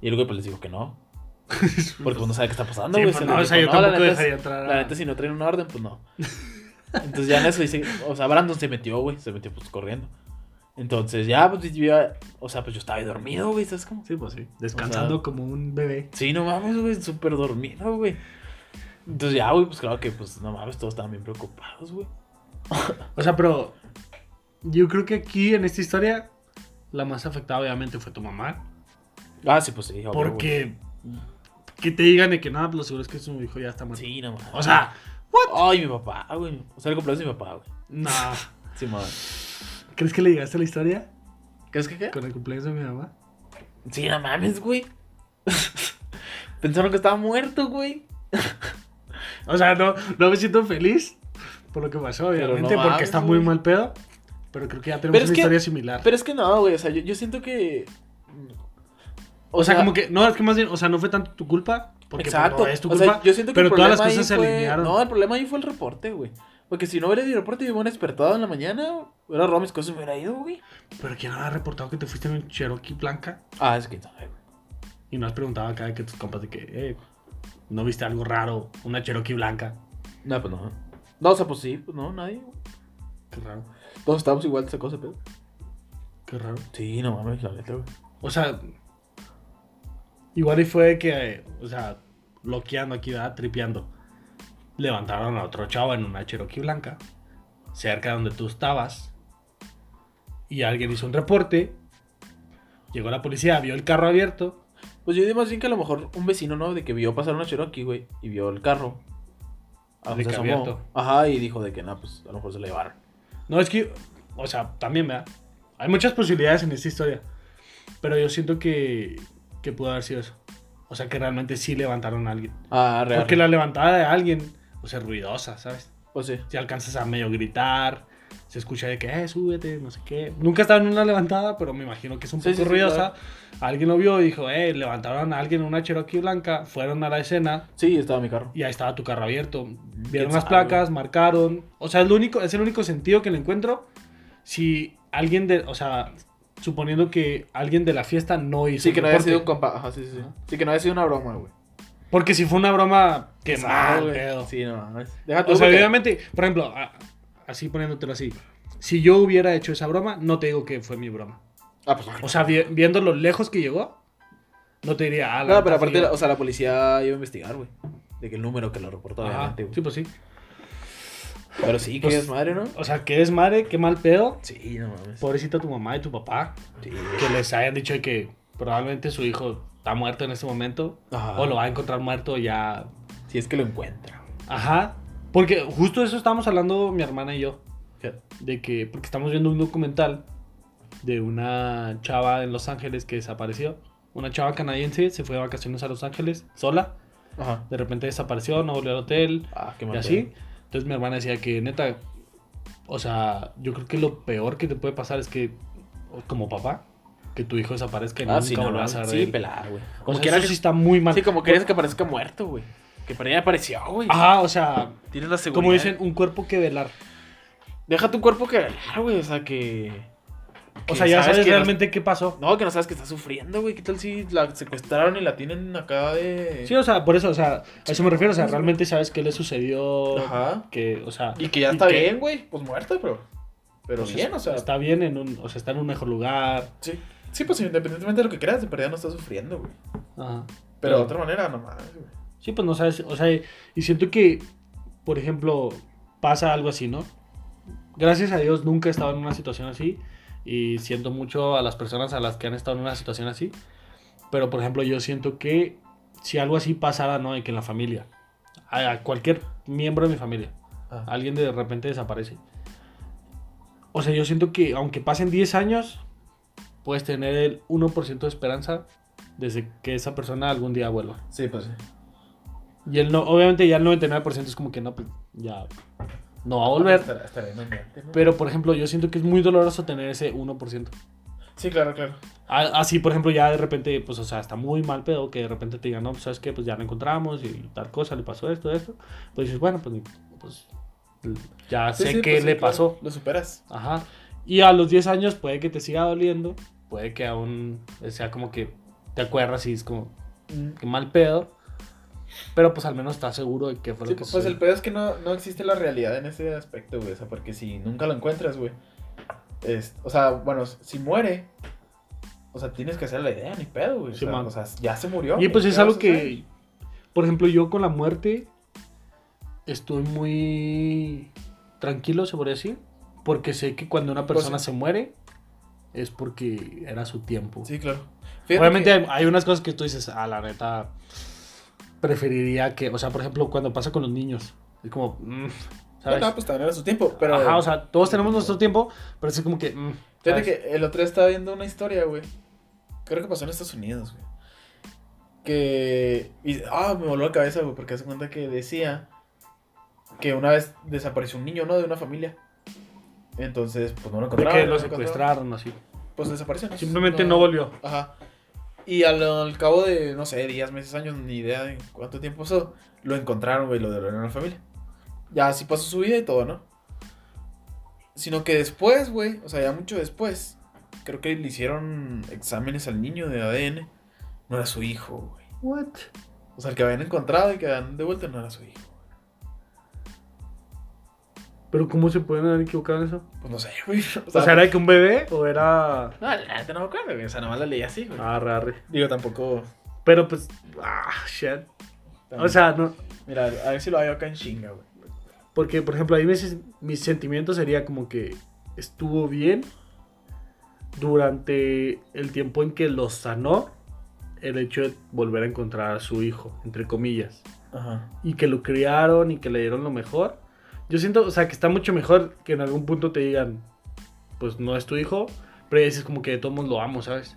[SPEAKER 2] Y el güey pues les dijo que no. Porque pues no sabe qué está pasando,
[SPEAKER 1] Sí,
[SPEAKER 2] güey.
[SPEAKER 1] pues,
[SPEAKER 2] Se
[SPEAKER 1] no,
[SPEAKER 2] les
[SPEAKER 1] o sea, yo
[SPEAKER 2] dijo, "No, la
[SPEAKER 1] tampoco
[SPEAKER 2] neta es-
[SPEAKER 1] dejaría entrar.
[SPEAKER 2] la
[SPEAKER 1] a-
[SPEAKER 2] neta, si no traen una orden, pues no. Entonces ya en eso dice, o sea, Brandon se metió, güey, se metió pues corriendo. Entonces ya, pues yo iba- o sea, pues yo estaba ahí dormido, güey, ¿sabes cómo?
[SPEAKER 1] Sí, pues sí. Descansando
[SPEAKER 2] O sea-
[SPEAKER 1] como un bebé.
[SPEAKER 2] Sí, no mames, güey, súper dormido, güey. Entonces ya, güey, pues claro que, pues no mames, todos estaban bien preocupados, güey.
[SPEAKER 1] O sea, pero yo creo que aquí en esta historia la más afectada obviamente fue tu mamá.
[SPEAKER 2] Ah, sí, pues sí, obvio, güey.
[SPEAKER 1] Porque que te digan de que nada, lo seguro es que su hijo ya está muerto.
[SPEAKER 2] Sí, no mames.
[SPEAKER 1] O sea,
[SPEAKER 2] Ay, mi papá, güey. O sea, el cumpleaños de mi papá, güey.
[SPEAKER 1] no.
[SPEAKER 2] Sí, mamá.
[SPEAKER 1] ¿Crees que le llegaste a la historia
[SPEAKER 2] ¿Crees que qué?
[SPEAKER 1] con el cumpleaños de mi mamá?
[SPEAKER 2] Sí, no mames, güey. Pensaron que estaba muerto, güey.
[SPEAKER 1] O sea, no, no me siento feliz por lo que pasó,
[SPEAKER 2] Pero no
[SPEAKER 1] obviamente, porque
[SPEAKER 2] mames,
[SPEAKER 1] está muy
[SPEAKER 2] güey.
[SPEAKER 1] mal pedo. Pero creo que ya tenemos
[SPEAKER 2] Pero es
[SPEAKER 1] una
[SPEAKER 2] que-
[SPEAKER 1] historia similar.
[SPEAKER 2] Pero es que no, güey, o sea, yo, yo siento que...
[SPEAKER 1] o sea, como que, no, es que más bien, o sea, no fue tanto tu culpa. Porque pues,
[SPEAKER 2] Exacto.
[SPEAKER 1] no es tu
[SPEAKER 2] o
[SPEAKER 1] culpa.
[SPEAKER 2] sea, yo siento que
[SPEAKER 1] pero
[SPEAKER 2] el
[SPEAKER 1] todas las
[SPEAKER 2] problema
[SPEAKER 1] cosas se
[SPEAKER 2] ahí fue-
[SPEAKER 1] alinearon.
[SPEAKER 2] No, el problema ahí fue el reporte, güey. Porque si no hubiera ido al aeropuerto y me hubiera despertado en la mañana, hubiera robado mis cosas y me hubiera ido, güey.
[SPEAKER 1] Pero ¿quién ha reportado que te fuiste en un Cherokee blanca?
[SPEAKER 2] Ah, es que sabe, güey.
[SPEAKER 1] Y no has preguntado acá de que tus compas de que, eh, ¿no viste algo raro? Una Cherokee blanca.
[SPEAKER 2] No, pues no. No, o sea, pues sí, pues no, nadie, güey.
[SPEAKER 1] Qué raro,
[SPEAKER 2] Todos estábamos igual de esa cosa, pedo.
[SPEAKER 1] qué raro.
[SPEAKER 2] Sí, no mames, la neta, güey.
[SPEAKER 1] O sea, igual y fue que, eh, o sea, bloqueando aquí, ¿verdad? Tripeando. Levantaron a otro chavo en una Cherokee blanca, cerca de donde tú estabas. Y alguien hizo un reporte. Llegó la policía, vio el carro abierto.
[SPEAKER 2] Pues yo digo más bien que a lo mejor un vecino, ¿no? De que vio pasar una Cherokee, güey, y vio el carro. Ah,
[SPEAKER 1] De
[SPEAKER 2] pues,
[SPEAKER 1] que
[SPEAKER 2] asomó.
[SPEAKER 1] abierto.
[SPEAKER 2] Ajá, y dijo de que, no, pues a lo mejor se la llevaron.
[SPEAKER 1] No, es que, o sea, también, ¿verdad? Hay muchas posibilidades en esta historia. Pero yo siento que, que pudo haber sido eso. O sea, que realmente sí levantaron a alguien.
[SPEAKER 2] Ah, real.
[SPEAKER 1] Porque la levantada de alguien, o sea, ruidosa, ¿sabes?
[SPEAKER 2] Pues sí.
[SPEAKER 1] Si alcanzas a medio gritar, se escucha de que, eh, súbete, no sé qué. Nunca estaba en una levantada, pero me imagino que es un
[SPEAKER 2] Sí,
[SPEAKER 1] poco
[SPEAKER 2] sí, sí,
[SPEAKER 1] ruidosa. Alguien lo vio y dijo, eh, levantaron a alguien en una Cherokee blanca, fueron a la escena
[SPEAKER 2] Sí, estaba mi carro.
[SPEAKER 1] y ahí estaba tu carro abierto.
[SPEAKER 2] ¿Quién
[SPEAKER 1] Vieron las
[SPEAKER 2] sabe?
[SPEAKER 1] placas, marcaron. O sea, es, lo único, es el único sentido que le encuentro si alguien de, o sea, suponiendo que alguien de la fiesta no hizo
[SPEAKER 2] Sí, que
[SPEAKER 1] el
[SPEAKER 2] no había
[SPEAKER 1] reporte.
[SPEAKER 2] sido un compa. Ajá, sí, sí, sí. Sí, que no había sido una broma, güey.
[SPEAKER 1] Porque si fue una broma, que
[SPEAKER 2] Ah,
[SPEAKER 1] mal
[SPEAKER 2] güey.
[SPEAKER 1] pedo.
[SPEAKER 2] Sí, no mames. Deja tú,
[SPEAKER 1] O sea,
[SPEAKER 2] porque-
[SPEAKER 1] obviamente, por ejemplo, a- así poniéndotelo así. Si yo hubiera hecho esa broma, no te digo que fue mi broma.
[SPEAKER 2] Ah, pues.
[SPEAKER 1] O sea, vi- viendo lo lejos que llegó, no te diría. Ah, la
[SPEAKER 2] No, pero
[SPEAKER 1] neta,
[SPEAKER 2] aparte,
[SPEAKER 1] sí,
[SPEAKER 2] la- o sea, la policía iba a investigar, güey. De que el número que lo reportó,
[SPEAKER 1] ajá,
[SPEAKER 2] obviamente, güey.
[SPEAKER 1] Sí, pues sí.
[SPEAKER 2] Pero sí, que
[SPEAKER 1] Pues-
[SPEAKER 2] es madre, ¿no?
[SPEAKER 1] O sea, qué desmadre, qué mal pedo.
[SPEAKER 2] Sí, no mames.
[SPEAKER 1] Pobrecita tu mamá y tu papá.
[SPEAKER 2] Sí.
[SPEAKER 1] Que les hayan dicho que probablemente su hijo está muerto en este momento.
[SPEAKER 2] Ajá.
[SPEAKER 1] O lo va a encontrar muerto ya.
[SPEAKER 2] Si es que lo encuentra.
[SPEAKER 1] Ajá. Porque justo eso estábamos hablando mi hermana y yo.
[SPEAKER 2] Fíjate.
[SPEAKER 1] de que porque estamos viendo un documental de una chava en Los Ángeles que desapareció. Una chava canadiense se fue de vacaciones a Los Ángeles sola,
[SPEAKER 2] Ajá.
[SPEAKER 1] de repente desapareció, no volvió al hotel
[SPEAKER 2] Ah, qué
[SPEAKER 1] y
[SPEAKER 2] mal.
[SPEAKER 1] así. Entonces mi hermana decía que neta, o sea, yo creo que lo peor que te puede pasar es que como papá que tu hijo desaparezca y
[SPEAKER 2] Ah,
[SPEAKER 1] nunca
[SPEAKER 2] sí, no,
[SPEAKER 1] volvás
[SPEAKER 2] mames.
[SPEAKER 1] a ver de
[SPEAKER 2] Sí,
[SPEAKER 1] él.
[SPEAKER 2] pelar, güey.
[SPEAKER 1] O
[SPEAKER 2] Como
[SPEAKER 1] sea,
[SPEAKER 2] quieras
[SPEAKER 1] eso sí
[SPEAKER 2] que-
[SPEAKER 1] está muy mal.
[SPEAKER 2] Sí, como quieras que parezca muerto, güey. Que para ella apareció, güey.
[SPEAKER 1] Ajá, o sea,
[SPEAKER 2] Tienes la seguridad.
[SPEAKER 1] como dicen, un cuerpo que velar.
[SPEAKER 2] Deja tu cuerpo que velar, güey. O sea, que.
[SPEAKER 1] O
[SPEAKER 2] que
[SPEAKER 1] sea, ya sabes,
[SPEAKER 2] que no-
[SPEAKER 1] realmente qué pasó.
[SPEAKER 2] No, que no sabes que está sufriendo, güey. ¿Qué tal si la secuestraron y la tienen acá de.
[SPEAKER 1] Sí, o sea, por eso, o sea, a eso me refiero, o sea, realmente sabes qué le sucedió,
[SPEAKER 2] Ajá.
[SPEAKER 1] que, o sea,
[SPEAKER 2] Y que ya está
[SPEAKER 1] que,
[SPEAKER 2] bien, güey. Pues muerta, pero. Pero
[SPEAKER 1] pues,
[SPEAKER 2] bien, o sea.
[SPEAKER 1] está bien en un, o sea, está en un mejor lugar.
[SPEAKER 2] Sí. Sí, pues independientemente de lo que creas, de perdida no está sufriendo, güey.
[SPEAKER 1] Ajá.
[SPEAKER 2] Pero de otra manera, no mames, güey.
[SPEAKER 1] Sí, pues no sabes, o sea, y siento que, por ejemplo, pasa algo así, ¿no? Gracias a Dios nunca he estado en una situación así y siento mucho a las personas a las que han estado en una situación así, pero por ejemplo yo siento que si algo así pasara, ¿no? Y que en la familia, a a cualquier miembro de mi familia,
[SPEAKER 2] Ah,
[SPEAKER 1] alguien de repente desaparece. O sea, yo siento que aunque pasen 10 años, puedes tener el 1% de esperanza desde que esa persona algún día vuelva.
[SPEAKER 2] Sí, pues sí.
[SPEAKER 1] Y el no, obviamente ya el 99% es como que no, pues ya no va a volver.
[SPEAKER 2] Estará, estará bien, obviamente, ¿no?
[SPEAKER 1] Pero, por ejemplo, yo siento que es muy doloroso tener ese 1%.
[SPEAKER 2] Sí, claro, claro.
[SPEAKER 1] A- Ah, Así, por ejemplo, ya de repente, pues, o sea, está muy mal pedo que de repente te digan, no, pues, ¿sabes qué? Pues ya lo encontramos y tal cosa, le pasó esto, esto. Pues dices, bueno, pues, ni- pues, ya
[SPEAKER 2] Sí,
[SPEAKER 1] sé
[SPEAKER 2] sí,
[SPEAKER 1] qué
[SPEAKER 2] pues sí,
[SPEAKER 1] le
[SPEAKER 2] claro,
[SPEAKER 1] pasó.
[SPEAKER 2] Lo superas.
[SPEAKER 1] Ajá. Y a los 10 años puede que te siga doliendo, puede que aún sea como que te acuerdas y es como
[SPEAKER 2] Mm.
[SPEAKER 1] que mal pedo, pero pues al menos estás seguro de que fue
[SPEAKER 2] Sí,
[SPEAKER 1] lo que
[SPEAKER 2] pues pues, el
[SPEAKER 1] sucedió.
[SPEAKER 2] pedo es que no, no existe la realidad en ese aspecto, güey. O sea, porque si nunca lo encuentras, güey. es- o sea, bueno, si muere, o sea, tienes que hacer la idea, ni pedo, güey. O
[SPEAKER 1] Sí,
[SPEAKER 2] sea,
[SPEAKER 1] man.
[SPEAKER 2] o sea, ya se murió.
[SPEAKER 1] Y
[SPEAKER 2] güey,
[SPEAKER 1] pues
[SPEAKER 2] ¿qué
[SPEAKER 1] es
[SPEAKER 2] vas a
[SPEAKER 1] algo
[SPEAKER 2] hacer?
[SPEAKER 1] que, por ejemplo, yo con la muerte estoy muy tranquilo, se podría decir, porque sé que cuando una
[SPEAKER 2] Pues
[SPEAKER 1] persona
[SPEAKER 2] sí.
[SPEAKER 1] se muere es porque era su tiempo.
[SPEAKER 2] Sí, claro. Fíjate
[SPEAKER 1] Obviamente
[SPEAKER 2] que-
[SPEAKER 1] hay, hay unas cosas que tú dices, ah, la neta, preferiría que, o sea, por ejemplo, cuando pasa con los niños, es como, mm, ¿sabes?
[SPEAKER 2] No, no, pues también era su tiempo, pero...
[SPEAKER 1] Ajá, o sea, todos tenemos nuestro tiempo, pero es como que, mm,
[SPEAKER 2] Fíjate
[SPEAKER 1] ¿sabes?
[SPEAKER 2] que el otro día estaba viendo una historia, güey. Creo que pasó en Estados Unidos, güey. Que... y- ah, me voló la cabeza, güey, porque hace cuenta que decía que una vez desapareció un niño, ¿no? De una familia. Entonces, pues no lo
[SPEAKER 1] De
[SPEAKER 2] encontraron.
[SPEAKER 1] que
[SPEAKER 2] no
[SPEAKER 1] lo
[SPEAKER 2] encontraron.
[SPEAKER 1] secuestraron así.
[SPEAKER 2] Pues desapareció. ¿no?
[SPEAKER 1] Simplemente no volvió.
[SPEAKER 2] Ajá. Y al, al cabo de, no sé, días, meses, años, ni idea de cuánto tiempo pasó, lo encontraron, güey, lo devolvieron a la familia. Ya así pasó su vida y todo, ¿no? Sino que después, güey, o sea, ya mucho después, creo que le hicieron exámenes al niño de ADN. No era su hijo, güey.
[SPEAKER 1] What?
[SPEAKER 2] O sea, el que habían encontrado y que habían devuelto no era su hijo.
[SPEAKER 1] ¿Pero cómo se pueden haber equivocado en eso?
[SPEAKER 2] Pues no sé, güey.
[SPEAKER 1] O sea, ¿era que un bebé o era...?
[SPEAKER 2] No, la neta no me acuerdo, güey. O sea, nada más la leí así, güey.
[SPEAKER 1] Arre, arre.
[SPEAKER 2] Digo, tampoco.
[SPEAKER 1] Pero pues... Ah, shit. O sea, no...
[SPEAKER 2] Mira, a ver si lo hago acá en chinga, güey.
[SPEAKER 1] Porque, por ejemplo, ahí mis, mis sentimientos sería como que estuvo bien durante el tiempo en que lo sanó el hecho de volver a encontrar a su hijo, entre comillas.
[SPEAKER 2] Ajá.
[SPEAKER 1] Y que lo criaron y que le dieron lo mejor. Yo siento, o sea, que está mucho mejor que en algún punto te digan, pues no es tu hijo, pero ya dices como que de todos modos lo amo, ¿sabes?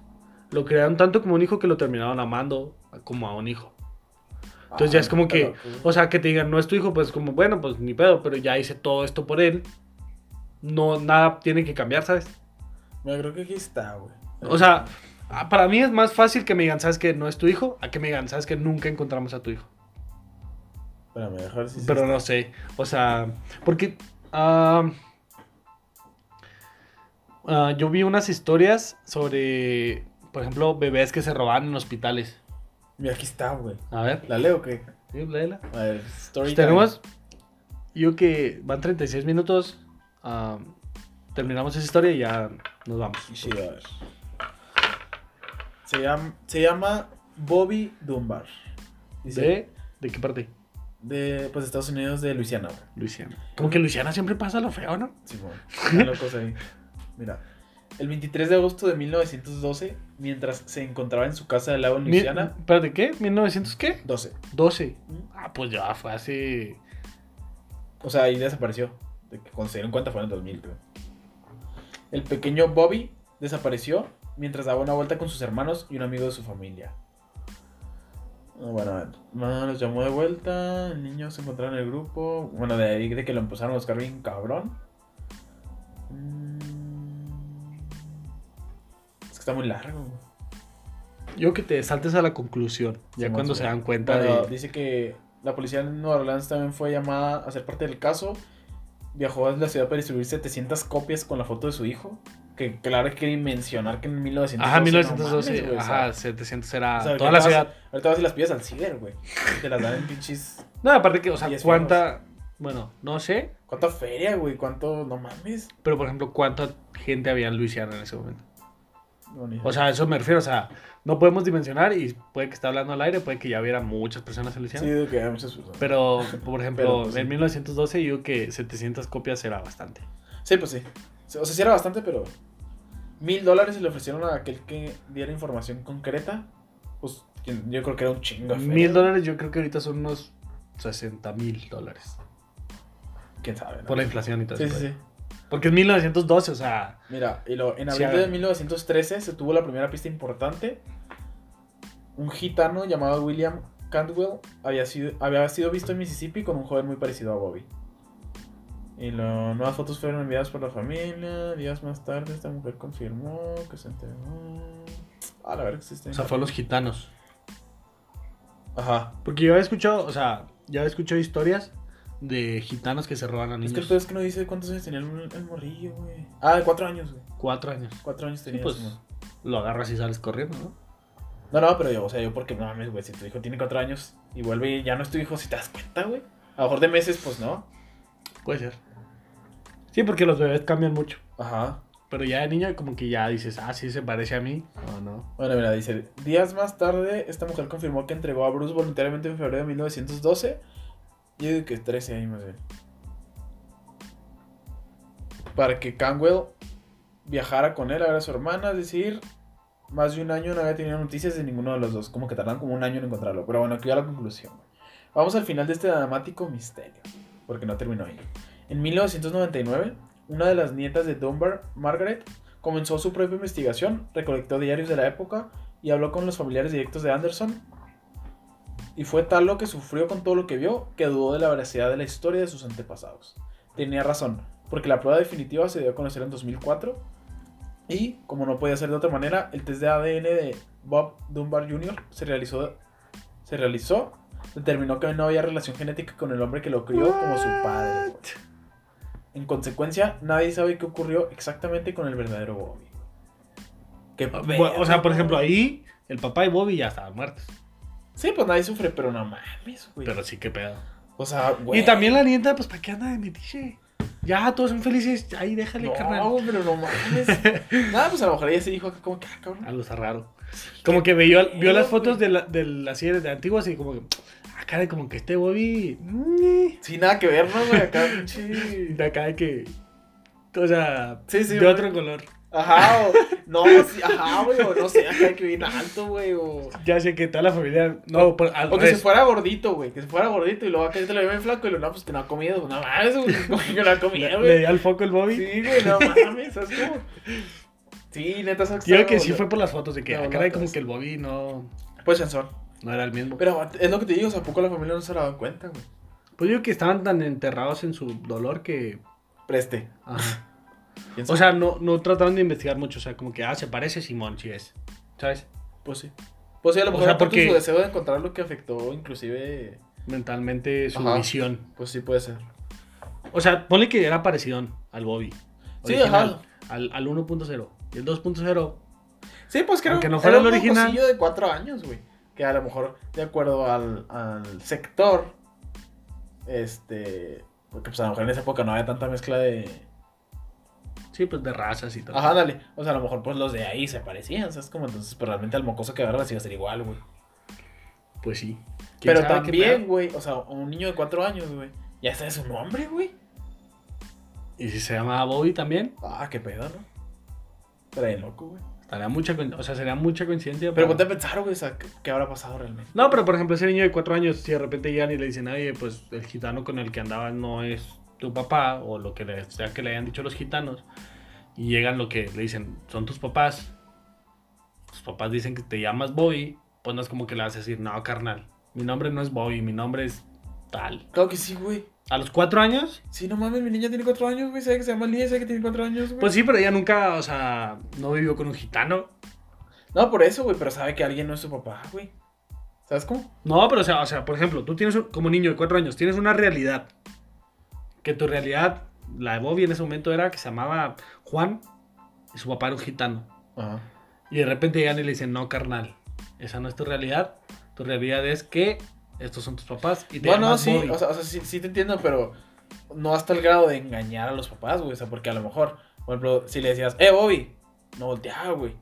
[SPEAKER 1] Lo crearon tanto como un hijo que lo terminaron amando como a un hijo.
[SPEAKER 2] Ah,
[SPEAKER 1] Entonces ya es como que, o sea, que te digan, no es tu hijo, pues como, bueno, pues ni pedo, pero ya hice todo esto por él. No, nada tiene que cambiar, ¿sabes?
[SPEAKER 2] Mira, creo que aquí está, güey.
[SPEAKER 1] O sea, ah, para mí es más fácil que me digan, ¿sabes que no es tu hijo? A que me digan, ¿sabes que nunca encontramos a tu hijo?
[SPEAKER 2] Espérame, dejar si.
[SPEAKER 1] Pero no sé, o sea, porque ah, ah, yo vi unas historias sobre, por ejemplo, bebés que se robaban en hospitales.
[SPEAKER 2] Mira, aquí está, güey.
[SPEAKER 1] A ver,
[SPEAKER 2] ¿La leo o qué?
[SPEAKER 1] sí, léela.
[SPEAKER 2] A ver, story
[SPEAKER 1] Pues tenemos. Yo que van 36 minutos. ah, terminamos esa historia y ya nos vamos.
[SPEAKER 2] time. Sí, a ver. Se llama, se llama Bobby Dunbar. Dice,
[SPEAKER 1] ¿De, ¿De qué parte?
[SPEAKER 2] ¿De? pues, Estados Unidos, de Luisiana, güey.
[SPEAKER 1] Luisiana. Como que Luisiana siempre pasa lo feo, ¿no?
[SPEAKER 2] Simón, están locos ahí. Mira, el 23 de agosto de 1912, mientras se encontraba en su casa del lago en
[SPEAKER 1] Mi-
[SPEAKER 2] Luisiana, Mm.
[SPEAKER 1] Espérate, ¿qué? ¿1900 qué?
[SPEAKER 2] 12.
[SPEAKER 1] 12. Ah, pues ya fue hace.
[SPEAKER 2] O sea, ahí desapareció. De que cuando se dieron cuenta fue en el 2000, creo. El pequeño Bobby desapareció mientras daba una vuelta con sus hermanos y un amigo de su familia. Ah, Bueno, a ver, mamá los llamó de vuelta, el niño se encontraba en el grupo. Bueno, de ahí de que lo empezaron a buscar bien cabrón. Mm. Es que está muy largo. güey.
[SPEAKER 1] Yo que te saltes a la conclusión. Ya
[SPEAKER 2] Sí,
[SPEAKER 1] cuando
[SPEAKER 2] más o
[SPEAKER 1] se
[SPEAKER 2] menos.
[SPEAKER 1] dan cuenta
[SPEAKER 2] Bueno,
[SPEAKER 1] de.
[SPEAKER 2] dice que la policía de Nueva Orleans también fue llamada a ser parte del caso. Viajó a la ciudad para distribuir 700 copias con la foto de su hijo. Que claro que quiere mencionar que en 1912.
[SPEAKER 1] Ajá,
[SPEAKER 2] no
[SPEAKER 1] 1912.
[SPEAKER 2] mames, güey, o sea,
[SPEAKER 1] ajá, 700 era
[SPEAKER 2] o sea,
[SPEAKER 1] toda la
[SPEAKER 2] ahorita vas-
[SPEAKER 1] ciudad.
[SPEAKER 2] Ahorita vas y las pides al ciber, güey. Te las dan en pinches.
[SPEAKER 1] No, aparte que, o sea,
[SPEAKER 2] Diez
[SPEAKER 1] cuánta. Bueno, no sé.
[SPEAKER 2] ¿Cuánta feria, güey? ¿Cuánto? No mames.
[SPEAKER 1] Pero, por ejemplo, ¿cuánta gente había en Luisiana en ese momento?
[SPEAKER 2] No, ni-
[SPEAKER 1] O sea, a eso me refiero. O sea, no podemos dimensionar y puede que está hablando al aire, puede que ya hubiera muchas personas en
[SPEAKER 2] sí,
[SPEAKER 1] Luisiana.
[SPEAKER 2] de que hay muchas personas.
[SPEAKER 1] Pero, por ejemplo,
[SPEAKER 2] Pero, pues,
[SPEAKER 1] en
[SPEAKER 2] sí.
[SPEAKER 1] 1912 yo que 700 copias era bastante.
[SPEAKER 2] Sí, pues sí. O sea, sí era bastante, pero. Mil dólares se le ofrecieron a aquel que diera información concreta. Pues quien- yo creo que era un chingo. de feria,
[SPEAKER 1] Mil
[SPEAKER 2] güey.
[SPEAKER 1] dólares yo creo que ahorita son unos 60 mil dólares.
[SPEAKER 2] Quién sabe. ¿no?
[SPEAKER 1] Por la inflación y todo
[SPEAKER 2] Sí,
[SPEAKER 1] eso.
[SPEAKER 2] sí, sí.
[SPEAKER 1] Porque en 1912, o sea,
[SPEAKER 2] Mira, y lo- en
[SPEAKER 1] Sí,
[SPEAKER 2] abril de
[SPEAKER 1] hágale.
[SPEAKER 2] 1913 se tuvo la primera pista importante. Un gitano llamado William Cantwell había sido, había sido visto en Mississippi con un joven muy parecido a Bobby. Y las nuevas fotos fueron enviadas por la familia. Días más tarde, esta mujer confirmó que se enteró. Ah, la verdad que existe.
[SPEAKER 1] o sea, fue a los gitanos.
[SPEAKER 2] Ajá.
[SPEAKER 1] Porque yo había escuchado, o sea, ya había escuchado historias de gitanos que se roban a
[SPEAKER 2] Es
[SPEAKER 1] niños.
[SPEAKER 2] que el pedo es que no dice cuántos años tenía el, el morrillo, güey. Ah, de cuatro años, güey.
[SPEAKER 1] Cuatro años.
[SPEAKER 2] Cuatro años
[SPEAKER 1] Sí,
[SPEAKER 2] tenía.
[SPEAKER 1] pues
[SPEAKER 2] Simón.
[SPEAKER 1] lo agarras y sales corriendo, ¿no?
[SPEAKER 2] No, no, pero yo, o sea, yo porque no mames, güey, si tu hijo tiene cuatro años y vuelve y ya no es tu hijo, si te das cuenta, güey. A lo mejor de meses, pues no.
[SPEAKER 1] Puede ser. Sí, porque los bebés cambian mucho.
[SPEAKER 2] Ajá.
[SPEAKER 1] Pero ya de niño como que ya dices, ah, sí se parece a mí. O no.
[SPEAKER 2] Bueno, mira, dice, días más tarde, esta mujer confirmó que entregó a Bruce voluntariamente en febrero de 1912. Yo digo que 13 años más bien. Para que Canwell viajara con él a ver a su hermana, es decir, más de un año no había tenido noticias de ninguno de los dos. Como que tardan como un año en encontrarlo. Pero bueno, aquí va la conclusión. Vamos al final de este dramático misterio, porque no terminó ahí. En 1999, una de las nietas de Dunbar, Margaret, comenzó su propia investigación, recolectó diarios de la época y habló con los familiares directos de Anderson. Y fue tal lo que sufrió con todo lo que vio que dudó de la veracidad de la historia de sus antepasados. Tenía razón, porque la prueba definitiva se dio a conocer en 2004 y, como no podía ser de otra manera, el test de ADN de Bob Dunbar Jr. se realizó, se realizó determinó que no había relación genética con el hombre que lo crió como su padre. güey. En consecuencia, nadie sabe qué ocurrió exactamente con el verdadero Bobby. Qué
[SPEAKER 1] Bueno, o sea, por
[SPEAKER 2] verga,
[SPEAKER 1] ejemplo,
[SPEAKER 2] güey.
[SPEAKER 1] ahí el papá y Bobby ya estaban muertos.
[SPEAKER 2] Sí, pues nadie sufre, pero no mames, güey.
[SPEAKER 1] Pero sí, qué pedo.
[SPEAKER 2] O sea, güey.
[SPEAKER 1] Y también la nieta, pues, ¿para qué anda de metiche? Ya, todos son felices. Ahí déjale,
[SPEAKER 2] No,
[SPEAKER 1] carnal.
[SPEAKER 2] pero no mames. Nada, pues a lo mejor ella se dijo acá como que, ah, cabrón.
[SPEAKER 1] Algo está raro. Como que vio, vio las
[SPEAKER 2] pedo,
[SPEAKER 1] fotos de,
[SPEAKER 2] güey.
[SPEAKER 1] la, de las series de antiguas y como que. Ah, cara, como que este Bobby. mm,
[SPEAKER 2] Sí, nada que ver, ¿no, güey? Acá, pinche.
[SPEAKER 1] De acá de que. O sea,
[SPEAKER 2] Sí, sí,
[SPEAKER 1] de
[SPEAKER 2] güey.
[SPEAKER 1] otro color.
[SPEAKER 2] Ajá, o, no, sí, ajá, güey, o no sé, acá que bien alto, güey, o.
[SPEAKER 1] Ya sé que toda la familia. No, por, al
[SPEAKER 2] O que se
[SPEAKER 1] revés.
[SPEAKER 2] fuera gordito, güey, que se fuera gordito y luego acá te lo bien flaco y lo no, pues que no ha comido, no mames, güey, como que no ha comido,
[SPEAKER 1] Le, le
[SPEAKER 2] güey.
[SPEAKER 1] dio al foco el Bobby.
[SPEAKER 2] Sí, güey, no mames, ¿sabes cómo? Sí, neta, ¿sabes
[SPEAKER 1] Yo creo
[SPEAKER 2] cómo?
[SPEAKER 1] que sí fue por las fotos de que,
[SPEAKER 2] No,
[SPEAKER 1] ah,
[SPEAKER 2] no,
[SPEAKER 1] caray,
[SPEAKER 2] no,
[SPEAKER 1] como
[SPEAKER 2] no.
[SPEAKER 1] que el Bobby no,
[SPEAKER 2] Pues chanzón.
[SPEAKER 1] no era el mismo.
[SPEAKER 2] Pero es lo que te digo, o sea, ¿a poco la familia no se la dado cuenta, güey?
[SPEAKER 1] Pues yo digo que estaban tan enterrados en su dolor que.
[SPEAKER 2] Preste.
[SPEAKER 1] ajá.
[SPEAKER 2] ¿Quién
[SPEAKER 1] O
[SPEAKER 2] sabe?
[SPEAKER 1] sea, no, no trataron de investigar mucho. O sea, como que, ah, se parece Simón, sí es. ¿Sabes?
[SPEAKER 2] Pues sí. Pues sí, a lo
[SPEAKER 1] O
[SPEAKER 2] mejor
[SPEAKER 1] sea,
[SPEAKER 2] tanto
[SPEAKER 1] porque-
[SPEAKER 2] su deseo de encontrar lo que afectó inclusive...
[SPEAKER 1] Mentalmente su
[SPEAKER 2] Ajá.
[SPEAKER 1] visión.
[SPEAKER 2] Pues sí puede ser.
[SPEAKER 1] O sea, ponle que era parecido al Bobby.
[SPEAKER 2] Sí,
[SPEAKER 1] original,
[SPEAKER 2] ajá.
[SPEAKER 1] Al, al 1.0. Y el 2.0.
[SPEAKER 2] Sí, pues creo
[SPEAKER 1] Aunque no fuera
[SPEAKER 2] era
[SPEAKER 1] el
[SPEAKER 2] un
[SPEAKER 1] original.
[SPEAKER 2] mocosillo de cuatro años, güey. Que a lo mejor, de acuerdo al, al sector, este. Porque pues a lo mejor en esa época no había tanta mezcla de.
[SPEAKER 1] Sí, pues de razas y todo.
[SPEAKER 2] Ajá, dale. O sea, a lo mejor pues los de ahí se parecían, ¿sabes? Como entonces, pero realmente al mocoso que agarras iba a ser igual, güey.
[SPEAKER 1] Pues sí. ¿Quién
[SPEAKER 2] Pero
[SPEAKER 1] sabe qué
[SPEAKER 2] también,
[SPEAKER 1] pedo?
[SPEAKER 2] güey, o sea, un niño de cuatro años, güey. Ya sabe su nombre, güey.
[SPEAKER 1] Y si se llamaba Bobby también,
[SPEAKER 2] Ah, qué pedo, ¿no? Trae loco, güey.
[SPEAKER 1] estaría mucha, coin- o sea, sería mucha coincidencia.
[SPEAKER 2] Pero ponte a pensar, güey, o sea, ¿qué qué habrá pasado realmente?
[SPEAKER 1] No, pero por ejemplo, ese niño de cuatro años, si de repente llegan y le dicen, oye, pues el gitano con el que andabas no es tu papá, o lo que le, sea que le hayan dicho los gitanos, y llegan lo que le dicen, son tus papás, tus papás dicen que te llamas Bobby, pues no es como que le vas a decir, no, carnal, mi nombre no es Bobby, mi nombre es tal.
[SPEAKER 2] Claro que sí, güey.
[SPEAKER 1] A los cuatro años,
[SPEAKER 2] Sí, no mames, mi niña tiene cuatro años, güey. Sabe que se llama Lía, sabe que tiene cuatro años, güey.
[SPEAKER 1] pues sí, pero ella nunca, o sea, no vivió con un gitano.
[SPEAKER 2] No, por eso, güey, pero sabe que alguien no es su papá, güey. ¿Sabes cómo?
[SPEAKER 1] No, pero o sea, o sea, por ejemplo, tú tienes, un- como niño de cuatro años, tienes una realidad. Que tu realidad, la de Bobby en ese momento era que se llamaba Juan y su papá era un gitano.
[SPEAKER 2] Ajá.
[SPEAKER 1] Y de repente llegan y le dicen, no, carnal, esa no es tu realidad. Tu realidad es que estos son tus papás y te
[SPEAKER 2] Bueno,
[SPEAKER 1] llamas
[SPEAKER 2] sí,
[SPEAKER 1] Bobby".
[SPEAKER 2] o sea, o sea, sí, sí te entiendo, pero no hasta el grado de engañar a los papás, güey. O sea, porque a lo mejor, por ejemplo, si le decías, eh, Bobby, no volteaba, güey.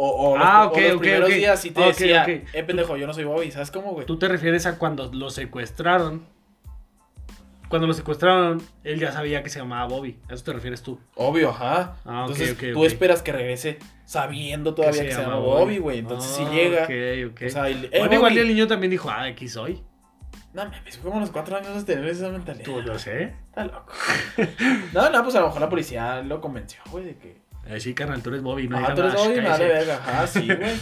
[SPEAKER 2] O, o los,
[SPEAKER 1] Ah,
[SPEAKER 2] o
[SPEAKER 1] ok,
[SPEAKER 2] los
[SPEAKER 1] ok,
[SPEAKER 2] primeros
[SPEAKER 1] ok.
[SPEAKER 2] días sí te
[SPEAKER 1] Ok,
[SPEAKER 2] decía,
[SPEAKER 1] ok.
[SPEAKER 2] eh, pendejo, yo no soy Bobby, ¿sabes cómo, güey?
[SPEAKER 1] Tú te refieres a cuando lo secuestraron. Cuando lo secuestraron, él ya sabía que se llamaba Bobby. A eso te refieres tú.
[SPEAKER 2] Obvio, ajá.
[SPEAKER 1] Ah, ok,
[SPEAKER 2] Entonces,
[SPEAKER 1] ok,
[SPEAKER 2] tú
[SPEAKER 1] ok.
[SPEAKER 2] esperas que regrese sabiendo todavía que se, llama Bobby, güey. Entonces, si
[SPEAKER 1] Ah,
[SPEAKER 2] llega,
[SPEAKER 1] ok, ok.
[SPEAKER 2] o sea, y le- eh,
[SPEAKER 1] Bueno, igual
[SPEAKER 2] Bobby.
[SPEAKER 1] el niño también dijo, ah, aquí soy.
[SPEAKER 2] No mames, como a los cuatro años vas a tener esa mentalidad.
[SPEAKER 1] Tú lo sé.
[SPEAKER 2] Está loco. No, no, pues a lo mejor la policía lo convenció, güey, de que.
[SPEAKER 1] Eh, sí, carnal, tú eres Bobby, no
[SPEAKER 2] ah,
[SPEAKER 1] digas
[SPEAKER 2] tú eres
[SPEAKER 1] nada,
[SPEAKER 2] Bobby, madre
[SPEAKER 1] cállese.
[SPEAKER 2] verga. Ajá, sí, güey.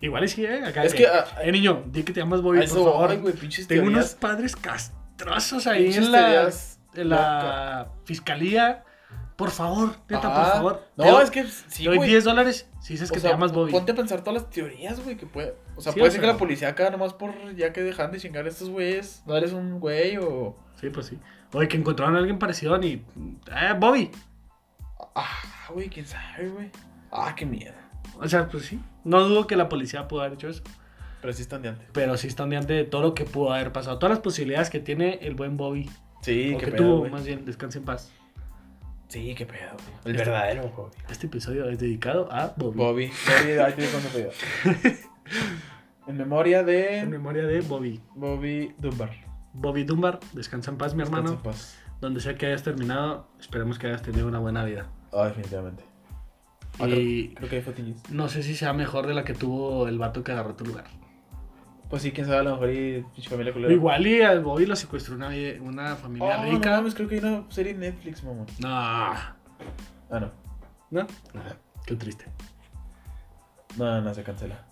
[SPEAKER 1] Igual y sí, eh. Acá
[SPEAKER 2] Es
[SPEAKER 1] de
[SPEAKER 2] que. a-
[SPEAKER 1] eh, niño, di que te llamas Bobby,
[SPEAKER 2] a
[SPEAKER 1] por
[SPEAKER 2] eso
[SPEAKER 1] favor.
[SPEAKER 2] voy, güey, pinches
[SPEAKER 1] Tengo unos
[SPEAKER 2] teorías.
[SPEAKER 1] padres castrosos ahí
[SPEAKER 2] pinches
[SPEAKER 1] en la,
[SPEAKER 2] teorías
[SPEAKER 1] en la fiscalía. Por favor, neta,
[SPEAKER 2] Ajá.
[SPEAKER 1] por favor.
[SPEAKER 2] Ah. No,
[SPEAKER 1] Te doy-
[SPEAKER 2] es que
[SPEAKER 1] te
[SPEAKER 2] sí,
[SPEAKER 1] doy
[SPEAKER 2] güey.
[SPEAKER 1] 10 dólares si dices
[SPEAKER 2] O
[SPEAKER 1] que
[SPEAKER 2] sea,
[SPEAKER 1] te llamas Bobby.
[SPEAKER 2] Ponte a pensar todas las teorías, güey, que puede. O sea,
[SPEAKER 1] Sí,
[SPEAKER 2] puede
[SPEAKER 1] o
[SPEAKER 2] ser
[SPEAKER 1] sea.
[SPEAKER 2] que la policía acá nomás por ya que dejan de chingar a estos güeyes, no eres un güey o.
[SPEAKER 1] Sí, pues sí. Oye, que encontraron a alguien parecido a ni. Eh, Bobby.
[SPEAKER 2] Ah, güey, quién sabe, güey. Ah, qué miedo.
[SPEAKER 1] O sea, pues sí. No dudo que la policía pudo haber hecho eso.
[SPEAKER 2] Pero sí están de antes.
[SPEAKER 1] Pero sí están diante de todo lo que pudo haber pasado. Todas las posibilidades que tiene el buen Bobby.
[SPEAKER 2] Sí,
[SPEAKER 1] o
[SPEAKER 2] qué
[SPEAKER 1] que
[SPEAKER 2] pedo.
[SPEAKER 1] tuvo,
[SPEAKER 2] güey.
[SPEAKER 1] más bien, descanse en paz.
[SPEAKER 2] Sí, qué pedo, güey. El
[SPEAKER 1] Este-
[SPEAKER 2] verdadero, Bobby.
[SPEAKER 1] Este episodio es dedicado a Bobby.
[SPEAKER 2] Bobby. Bobby, ahí tienes con su apellido. En memoria
[SPEAKER 1] En
[SPEAKER 2] de
[SPEAKER 1] memoria de Bobby.
[SPEAKER 2] Bobby Dunbar.
[SPEAKER 1] Bobby Dunbar, descansa en paz, mi hermano.
[SPEAKER 2] Descansa en paz.
[SPEAKER 1] Donde sea que hayas terminado, esperemos que hayas tenido una buena vida.
[SPEAKER 2] Ah, definitivamente. Ah,
[SPEAKER 1] y
[SPEAKER 2] creo, creo que hay fotillos.
[SPEAKER 1] no sé si sea mejor de la que tuvo el vato que agarró tu lugar.
[SPEAKER 2] Pues sí, quién sabe, a lo mejor y pinche familia culera.
[SPEAKER 1] Igual y al Bobby lo secuestró una, vie- una
[SPEAKER 2] Oh,
[SPEAKER 1] familia
[SPEAKER 2] no
[SPEAKER 1] rica.
[SPEAKER 2] mames, creo que hay una serie en Netflix, mamá.
[SPEAKER 1] No,
[SPEAKER 2] Ah, no.
[SPEAKER 1] no. Qué triste.
[SPEAKER 2] No, no, se cancela.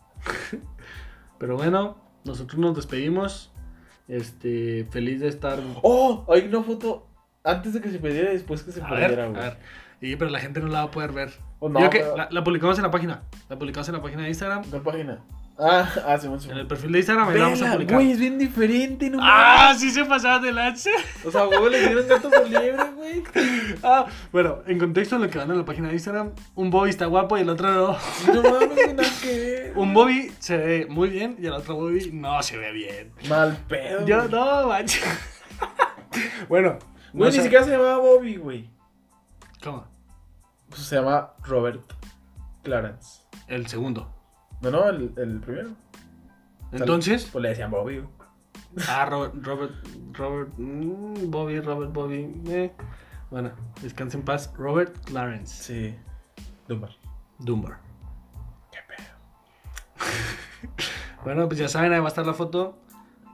[SPEAKER 1] Pero bueno, nosotros nos despedimos. Este, feliz de estar.
[SPEAKER 2] ¡Oh! Hay una foto antes de que se perdiera y después que se
[SPEAKER 1] A ver,
[SPEAKER 2] perdiera,
[SPEAKER 1] a
[SPEAKER 2] güey.
[SPEAKER 1] ver. Y, pero la gente no la va a poder ver.
[SPEAKER 2] O Oh, no,
[SPEAKER 1] Yo que-
[SPEAKER 2] pero-
[SPEAKER 1] la, la publicamos en la página. La publicamos en la página de Instagram.
[SPEAKER 2] ¿Cuál página? Ah, ah, Simón,
[SPEAKER 1] En el
[SPEAKER 2] Simón.
[SPEAKER 1] perfil de Instagram ahí lo vamos a
[SPEAKER 2] Vela,
[SPEAKER 1] publicar.
[SPEAKER 2] Güey, es bien diferente, no
[SPEAKER 1] ¡Ah! Sí se pasaba de lance.
[SPEAKER 2] mames. O sea, güey, le dieron gato por liebre, güey.
[SPEAKER 1] Ah, bueno, en contexto de lo que van en la página de Instagram, un Bobby está guapo y el otro no.
[SPEAKER 2] No mames, güey, nada que ver.
[SPEAKER 1] Un Bobby se ve muy bien y el otro Bobby no se ve bien.
[SPEAKER 2] Mal pedo.
[SPEAKER 1] Yo
[SPEAKER 2] güey.
[SPEAKER 1] no, manches. bueno, no
[SPEAKER 2] Güey, ni
[SPEAKER 1] sé-
[SPEAKER 2] siquiera se llamaba Bobby, güey.
[SPEAKER 1] ¿Cómo?
[SPEAKER 2] Pues se llama Robert Clarence.
[SPEAKER 1] El segundo.
[SPEAKER 2] No, no, el, el primero.
[SPEAKER 1] Entonces,
[SPEAKER 2] Pues le decían Bobby, güey.
[SPEAKER 1] ah, Robert, Robert, Robert, mm, Bobby, Robert, Bobby. eh. Bueno, descansa en paz. Robert Clarence
[SPEAKER 2] Sí. Dumbar.
[SPEAKER 1] Dunbar.
[SPEAKER 2] Qué pedo.
[SPEAKER 1] Bueno, pues ya saben, ahí va a estar la foto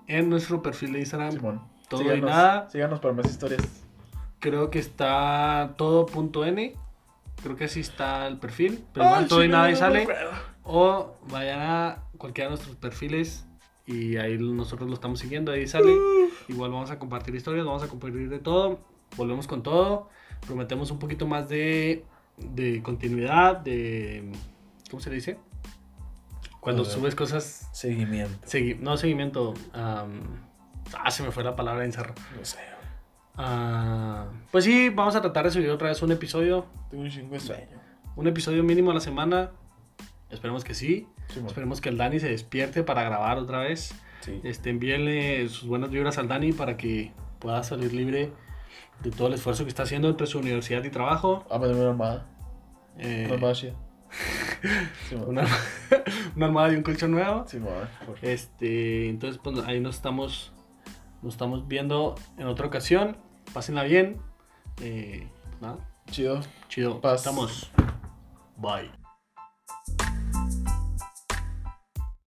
[SPEAKER 1] en nuestro perfil de Instagram.
[SPEAKER 2] Simón.
[SPEAKER 1] Ah, Todo y nada.
[SPEAKER 2] Síganos para más historias.
[SPEAKER 1] Creo que está todo.n. Creo que así está el perfil. Pero
[SPEAKER 2] Ay,
[SPEAKER 1] igual todo y
[SPEAKER 2] Ah, sí,
[SPEAKER 1] nada y
[SPEAKER 2] no,
[SPEAKER 1] sale.
[SPEAKER 2] no, no, no.
[SPEAKER 1] O vayan a cualquiera de nuestros perfiles y ahí nosotros lo estamos siguiendo, ahí sale. Igual vamos a compartir historias, vamos a compartir de todo, volvemos con todo, prometemos un poquito más de, de continuidad, de... ¿Cómo se le dice? Cuando
[SPEAKER 2] A ver.
[SPEAKER 1] subes cosas,
[SPEAKER 2] Seguimiento.
[SPEAKER 1] segui- no seguimiento, am, ah, se me fue la palabra encerro.
[SPEAKER 2] No sé, güey.
[SPEAKER 1] Ah, pues sí, vamos a tratar de subir otra vez un episodio,
[SPEAKER 2] Tengo un chingo de sueño.
[SPEAKER 1] un episodio mínimo a la semana, esperemos que sí. Esperemos que el Dani se despierte para grabar otra vez.
[SPEAKER 2] Sí.
[SPEAKER 1] Este, envíenle sus buenas vibras al Dani para que pueda salir libre de todo el esfuerzo que está haciendo entre su universidad y trabajo.
[SPEAKER 2] Ah, me dio una armada.
[SPEAKER 1] Eh,
[SPEAKER 2] Una armada chida. Simón.
[SPEAKER 1] una, una almohada y un colchón nuevo.
[SPEAKER 2] Simón. por-
[SPEAKER 1] Este, entonces pues, ahí nos estamos, nos estamos viendo en otra ocasión. Pásenla bien. Eh, nada,
[SPEAKER 2] Chido.
[SPEAKER 1] chido.
[SPEAKER 2] Paz.
[SPEAKER 1] Estamos. Bye.